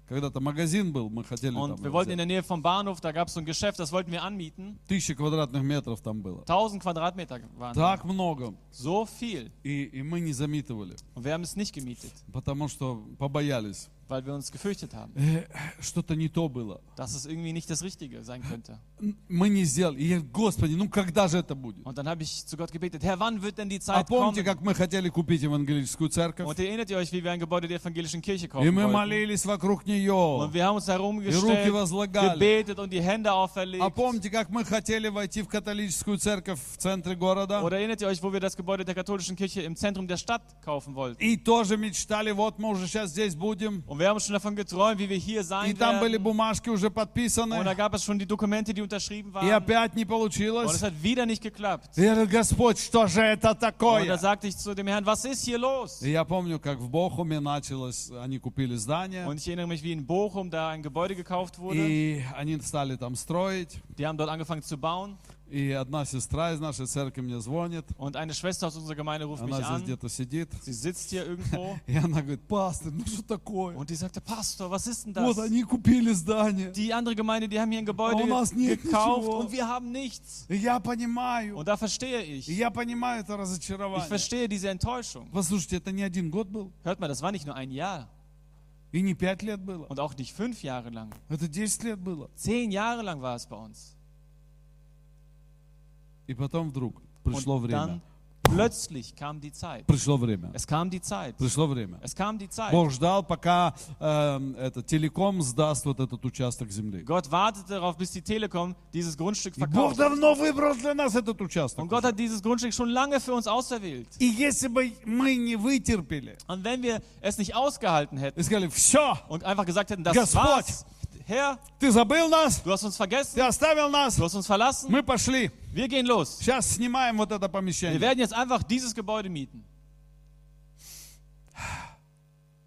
когда-то магазин был, мы хотели Und там wir его wollten in взять. der Nähe vom Bahnhof, da gab es so ein Geschäft, das wollten wir anmieten. Тысяча квадратных метров там было. 1000 Quadratmeter waren Так много. so viel. И, и мы не замитывали, Und wir haben es nicht gemietet, потому что побоялись. weil wir uns gefürchtet haben, Э, Что-то не то было. dass es irgendwie nicht das Richtige sein könnte. Н- Мы не сделали. И я, Господи, ну когда же это будет? Und dann habe ich zu Gott gebetet, Herr, wann wird denn die А Zeit помните, kommen? как мы хотели купить евангелическую церковь? Und ihr erinnert ihr euch, wie wir ein Gebäude der evangelischen Kirche И kaufen мы wollten. молились вокруг А Und нее. wir haben uns И руки herumgestellt, возлагали. gebetet und die Hände auferlegt. А помните, как мы хотели войти в католическую церковь в центре города? Oder erinnert ihr euch, wo wir das Gebäude der katholischen Kirche im Zentrum der Stadt kaufen wollten? И тоже mечтали, вот мы уже сейчас здесь будем. Und wir haben schon davon geträumt, wie wir hier И sein там были werden. бумажки уже Und da подписаны. gab es schon die Dokumente, die unterschrieben И waren. опять не Und получилось. es hat wieder nicht geklappt. И я говорю, Господь, что же это Und da такое? sagte ich zu dem Herrn, was ist hier los? И я помню, как в Бохуме началось, они купили здание, Und ich erinnere mich, wie in Bochum da ein Gebäude gekauft wurde. и они стали там строить. Die haben dort angefangen zu bauen. И одна сестра из нашей церкви мне звонит, Und eine Schwester aus unserer Gemeinde ruft mich она здесь an. где-то сидит, Sie sitzt hier irgendwo. и она говорит, пастор, ну что такое? Und die sagte, Pastor, was ist denn das? Вот они купили здание. Die andere Gemeinde, die haben hier ein А Gebäude у нас ge- нет gekauft ничего. und wir haben nichts. И я понимаю, Und da verstehe и ich. я понимаю это Ich разочарование. verstehe diese Enttäuschung. Послушайте, это не один год был, Hört mal, das war nicht nur ein Jahr и не пять лет было. und auch nicht fünf Jahre lang. Это 10 лет было. Zehn Jahre lang war es bei uns. И потом вдруг пришло Und dann время. plötzlich kam die Zeit. Пришло время. Es kam die Zeit. Пришло время. Es kam die Zeit. Бог ждал, пока э, это, телеком сдаст вот этот участок земли. Gott wartete darauf, bis die Telekom dieses Grundstück И Бог verkauft. давно выбрал для нас этот участок. Und Gott hat dieses Grundstück schon lange für uns auserwählt. И если бы мы не вытерпели Und wenn wir es nicht ausgehalten hätten и сказали, все, und einfach gesagt hätten, das Gott. war's, Herr, ты забыл нас, du hast uns ты vergessen, оставил нас, du hast uns verlassen, мы пошли, wir gehen los. сейчас снимаем вот это Wir помещение. werden jetzt einfach dieses Gebäude mieten.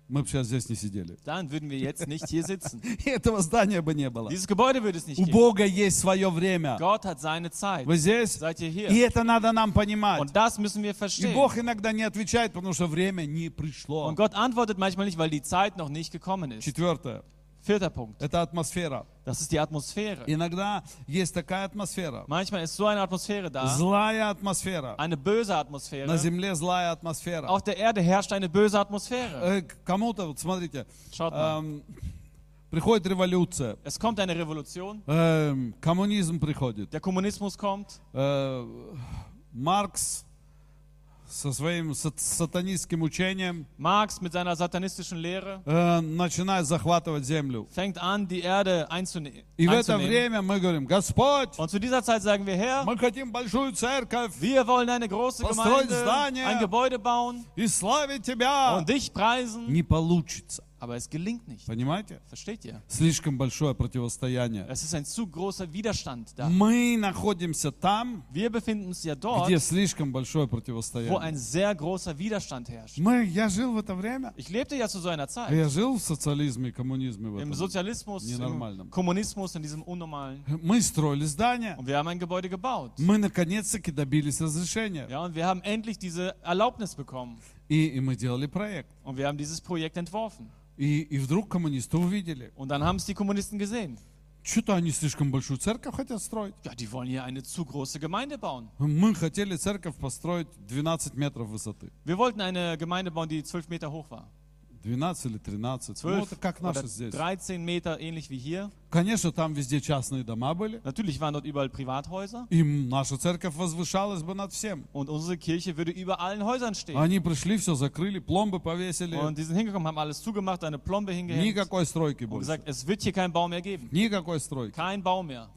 Мы бы сейчас здесь не сидели. Dann würden wir jetzt nicht hier sitzen. И этого здания бы не было. Dieses Gebäude würde es nicht У geben. Бога есть свое время. Gott hat seine Zeit. Вы здесь? Seid ihr И hier? это надо нам понимать. Und das müssen wir И verstehen. Бог иногда не отвечает, потому что время не пришло. Und Gott antwortet manchmal nicht, weil die Zeit noch nicht gekommen ist. Четвертое. Vierter Punkt, Это атмосфера. das ist die Atmosphäre. Иногда есть такая атмосфера. Manchmal ist so eine Atmosphäre da, Злая атмосфера. eine böse На Atmosphäre. земле злая атмосфера. Auf der Erde herrscht eine böse Atmosphäre. Э, к Кому-то, вот смотрите, Schaut mal, эм, приходит революция, es kommt eine Revolution, эм, коммунизм приходит. der Kommunismus kommt, Э, Маркс со своим сат- сатанистским учением Marx mit seiner satanistischen Lehre э, начинает захватывать землю. fängt an, die Erde einzune И в это einzunehmen. время мы говорим, Господь, Und zu dieser Zeit sagen wir, Herr, мы хотим большую церковь wir wollen eine große Построить Gemeinde, здание. ein Gebäude bauen и славить Тебя. und dich preisen. Не получится. Aber es gelingt nicht. Понимаете? Versteht ihr? Слишком большое противостояние. Es ist ein zu großer Widerstand da. Мы находимся там, Wir befinden uns ja где dort, слишком большое wo противостояние. ein sehr großer Widerstand herrscht. Мы, я жил в это время. Ich lebte ja zu so einer Zeit. Я жил в социализме и коммунизме. В этом. Im Sozialismus, Nie normalnym. im Kommunismus, in diesem Unnormalen. Мы строили здания. Und wir haben ein Gebäude gebaut. Мы наконец-таки добились разрешения. Ja, und wir haben endlich diese Erlaubnis bekommen. И, и мы делали проект. Und wir haben dieses Projekt entworfen. И, и вдруг коммунисты увидели. Und dann haben es die Kommunisten gesehen. Что-то они слишком большую церковь хотят строить. Ja, die wollen hier eine zu große Gemeinde bauen. Мы хотели церковь построить 12 метров высоты. Wir wollten eine Gemeinde bauen, die 12 Meter hoch war. 12 или 13. Ну, 12 это как oder наши здесь. 13 Meter, ähnlich wie hier. Конечно, там везде частные дома были. Natürlich waren dort überall Privathäuser. И наша церковь возвышалась бы над всем. Und unsere Kirche würde über allen Häusern stehen. Они пришли, все закрыли, пломбы повесили. Und die sind hingekommen, haben alles zugemacht, eine Plombe hingehängt Никакой стройки und больше. gesagt, es wird hier keinen Bau mehr geben. Никакой стройки. Kein Bau mehr.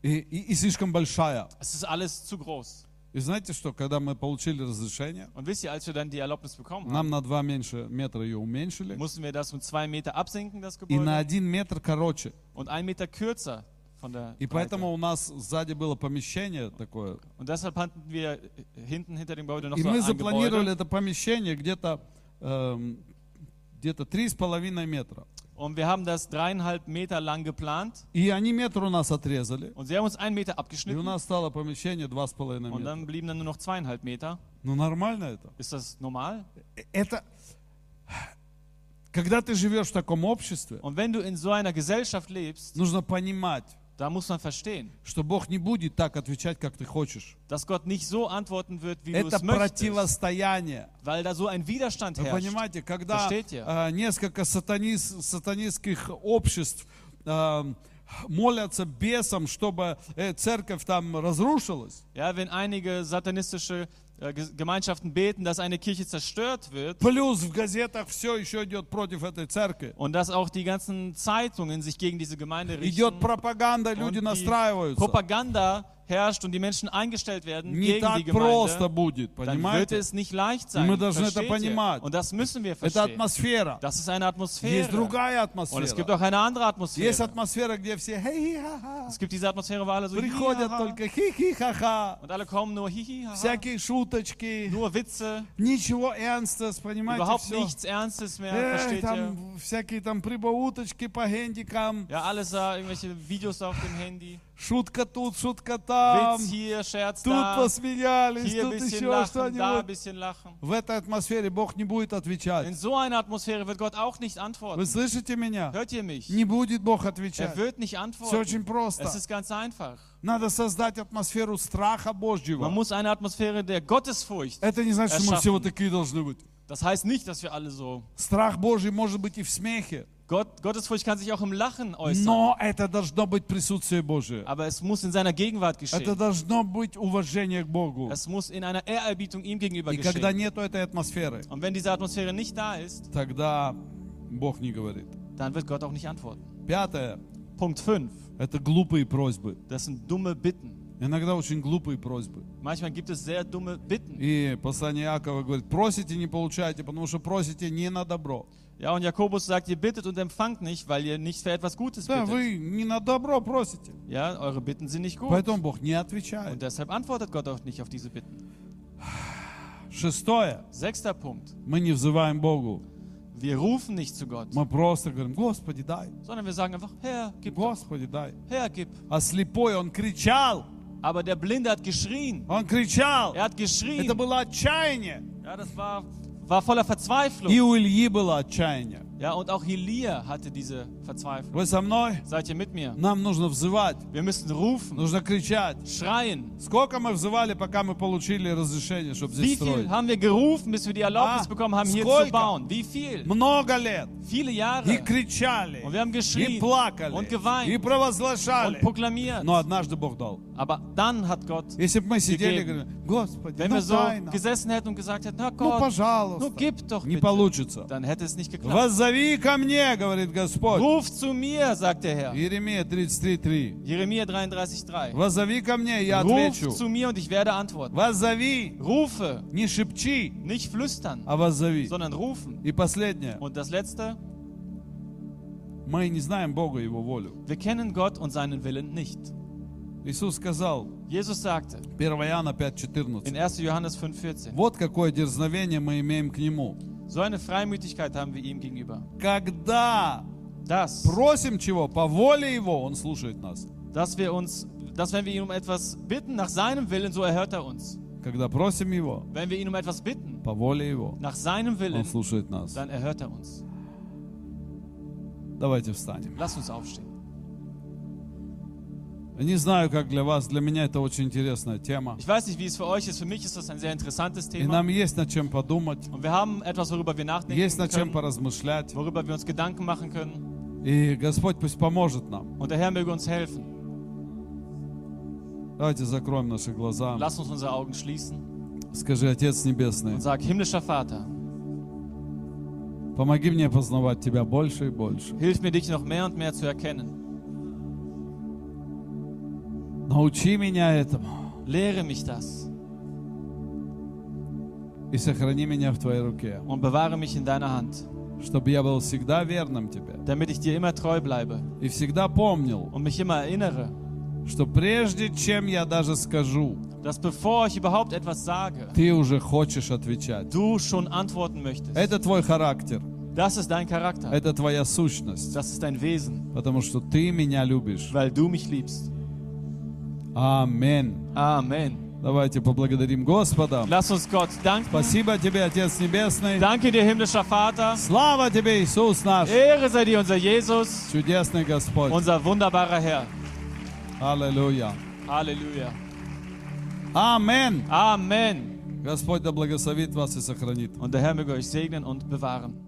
И, и- и слишком большая. Es ist alles zu groß. И знаете что, когда мы получили разрешение, Und wisst ihr, als wir dann die Erlaubnis bekommen haben, нам на 2 меньше метра ее уменьшили. mussten wir das um zwei Meter absenken, das И на Gebäude, один метр короче. und einen Meter kürzer von der И Breite. поэтому у нас сзади было помещение такое. Und deshalb hatten wir hinten hinter dem Gebäude noch И so мы ein запланировали Gebäude. это помещение где-то эм, где-то три с половиной метра. Und wir haben das dreieinhalb Meter lang geplant. И они метр у нас отрезали. Und sie haben uns einen Meter И у abgeschnitten. нас стало помещение два с половиной Und метра. dann blieben dann nur noch zweieinhalb Meter. Ну нормально это. Ist das normal? Это когда ты живешь в таком обществе, Und wenn du in so einer Gesellschaft lebst, нужно понимать, da muss man verstehen, что Бог не будет так отвечать, как ты хочешь. dass Gott nicht so antworten wird, wie du Это es möchtest, противостояние. weil da so ein Widerstand Вы herrscht. понимаете, когда Versteht ihr? э, несколько сатанис- сатанистских обществ э, молятся бесам, чтобы э, церковь там разрушилась, Ja, wenn einige satanistische äh, Ge- Gemeinschaften beten, dass eine Kirche zerstört wird плюс в газетах все еще идет против этой церкви. und dass auch die ganzen Zeitungen sich gegen diese Gemeinde richten, Идет пропаганда, люди die настраиваются. Propaganda herrscht und die Menschen eingestellt werden Не gegen так die просто Gemeinde, будет, dann wird понимаете? es nicht leicht sein. Мы должны это Versteht ihr? понимать. Und das müssen wir Это verstehen. атмосфера. Das ist eine Есть Atmosphäre. другая Und es gibt атмосфера. auch eine andere Есть Atmosphäre. атмосфера, где все хи-хи-ха-ха. Es gibt diese Atmosphäre, wo alle so Приходят hihihaha. только хи-хи-ха-ха. und alle kommen nur hihi, haha. Всякие шуточки. nur Witze, Ничего ernst, понимаете, überhaupt все. nichts Ernstes mehr, Э, versteht ihr? там всякие там прибауточки по гендикам, Ja, alles da, irgendwelche Videos auf dem Handy, шутка тут, шутка там, Witz hier, Scherz тут da, посмеялись, hier ein тут bisschen еще lachen, da ein что-нибудь. bisschen lachen. В этой атмосфере Бог не будет In отвечать. so einer Atmosphäre wird Gott auch nicht Вы antworten. слышите меня? Hört ihr mich? Не будет Бог Er отвечать. wird nicht Все очень antworten. просто. Es ist ganz einfach. Надо создать атмосферу страха Man Божьего. muss eine Atmosphäre der Gottesfurcht. Это не значит, что мы все erschaffen. вот такие должны быть. Das heißt nicht, dass wir alle so. Страх Божий может быть и в смехе, Gott, Gottesfurcht kann sich auch im Lachen äußern. но это должно быть присутствие Божие. Aber es muss in seiner Gegenwart Это geschehen. должно быть уважение к Богу. Es muss in einer Ehrerbietung ihm gegenüber И когда geschehen. нету этой атмосферы, Und wenn diese Atmosphäre nicht da ist, тогда Бог не говорит. dann wird Gott auch nicht antworten. Пятое Punkt 5. – это glupые просьбы. Das sind dumme Bitten. Иногда очень глупые просьбы. Manchmal gibt es sehr dumme Bitten. И послание Иакова говорит, просите, не получаете, потому что просите не на добро. Ja, und Jakobus sagt, ihr bittet und empfangt nicht, weil ihr nicht für etwas Gutes Да, bittet. вы не на добро просите. Ja, eure Bitten sind nicht gut. Поэтому Бог не Und отвечает. deshalb antwortet Gott auch nicht auf diese Bitten. Шестое. Sechster Punkt. Мы не взываем Богу. Wir rufen nicht zu Gott, Мы просто говорим, Господи, дай. sondern wir sagen einfach, Herr, gib doch. Господи, дай. Herr, gib. А слепой, он кричал. Aber der Blinde hat geschrien. Он кричал. Er hat Это geschrien. было отчаяние. Ja, das war, war voller И Ну. Verzweiflung. у Ильи было отчаяние. Ja, und auch Elia hatte diese verzweifeln. Вы со мной? Seid ihr mit mir? Нам нужно взывать, Wir müssen rufen, нужно кричать. schreien. Сколько мы взывали, пока мы получили разрешение, чтобы здесь Wie viel строить? haben wir gerufen, bis wir die Erlaubnis Ah, bekommen haben, hier skoika. zu bauen? Wie viel? Много лет. Viele И Jahre. кричали, Und wir haben geschrien и плакали, und geweint и провозглашали. und proklamiert. Но однажды Бог дал. Aber dann hat Gott, Если бы мы сидели и Gegeben. говорили, Господи, wenn ну wir so дай нам, gesessen hätten und gesagt hätten, na ну Gott, пожалуйста, nur gib doch не bitte, получится. dann hätte es nicht geklappt. Воззови ко мне, говорит Господь. Ruf zu mir, sagt der Herr. Иеремия 33.3. Jeremia 33,3. Воззови ко мне, я отвечу. Ruf zu mir und ich werde antworten. Воззови, Rufe, не шепчи, nicht flüstern, а воззови. sondern rufen. И последнее. Und das Letzte, Мы не знаем Бога и Его волю. wir kennen Gott und seinen Willen nicht. Иисус сказал, Jesus sagte 1 Иоанna in 5.14, 1. Johannes 5,14, вот какое дерзновение мы имеем к Нему. so eine Freimütigkeit haben wir ihm gegenüber. Когда Dass, просим чего, по воле Его, Он слушает нас. dass wir uns, dass wenn wir ihn um etwas bitten, nach seinem Willen, so erhört er uns. Когда просим Его, Wenn wir ihn um etwas bitten, по воле Его, nach seinem Он Willen, слушает нас. dann erhört er uns. Давайте встанем. Lass uns aufstehen. Я Не знаю, как для вас, для меня это очень интересная тема. Ich weiß nicht, wie es für euch ist. Für mich ist das ein sehr interessantes И Thema. нам есть над чем подумать, Und wir haben etwas, worüber wir есть nachdenken над чем können, поразмышлять. worüber wir uns Gedanken machen können. И Господь пусть поможет нам. Und der Herr möge uns helfen. Давайте закроем наши глаза. Lass uns unsere Augen schließen Скажи, Отец Небесный, und sag, himmlischer Vater, помоги мне познавать Тебя больше и больше. hilf mir, dich noch mehr und mehr zu erkennen. Научи меня этому Lehre mich das и сохрани меня в Твоей руке, und bewahre mich in deiner Hand, чтобы я был всегда верным Тебе damit ich dir immer treu bleibe и всегда помнил, und mich immer erinnere, что прежде чем я даже скажу, dass bevor ich überhaupt etwas sage, Ты уже хочешь отвечать. du schon antworten möchtest. Это Твой характер, Das ist dein Charakter. это Твоя сущность, Das ist dein Wesen, потому что Ты меня любишь. weil du mich liebst. Аминь. Amen. Давайте поблагодарим Господа. Lass uns Gott danken. Спасибо Тебе, Отец Небесный. Danke dir, himmlischer Vater. Слава Тебе, Иисус наш! Ehre sei dir, unser Jesus, Чудесный Господь. unser wunderbarer Herr. Аллилуйя. Halleluja. Амен. Amen. Господь да благословит вас и сохранит. Und der Herr möge euch segnen und bewahren.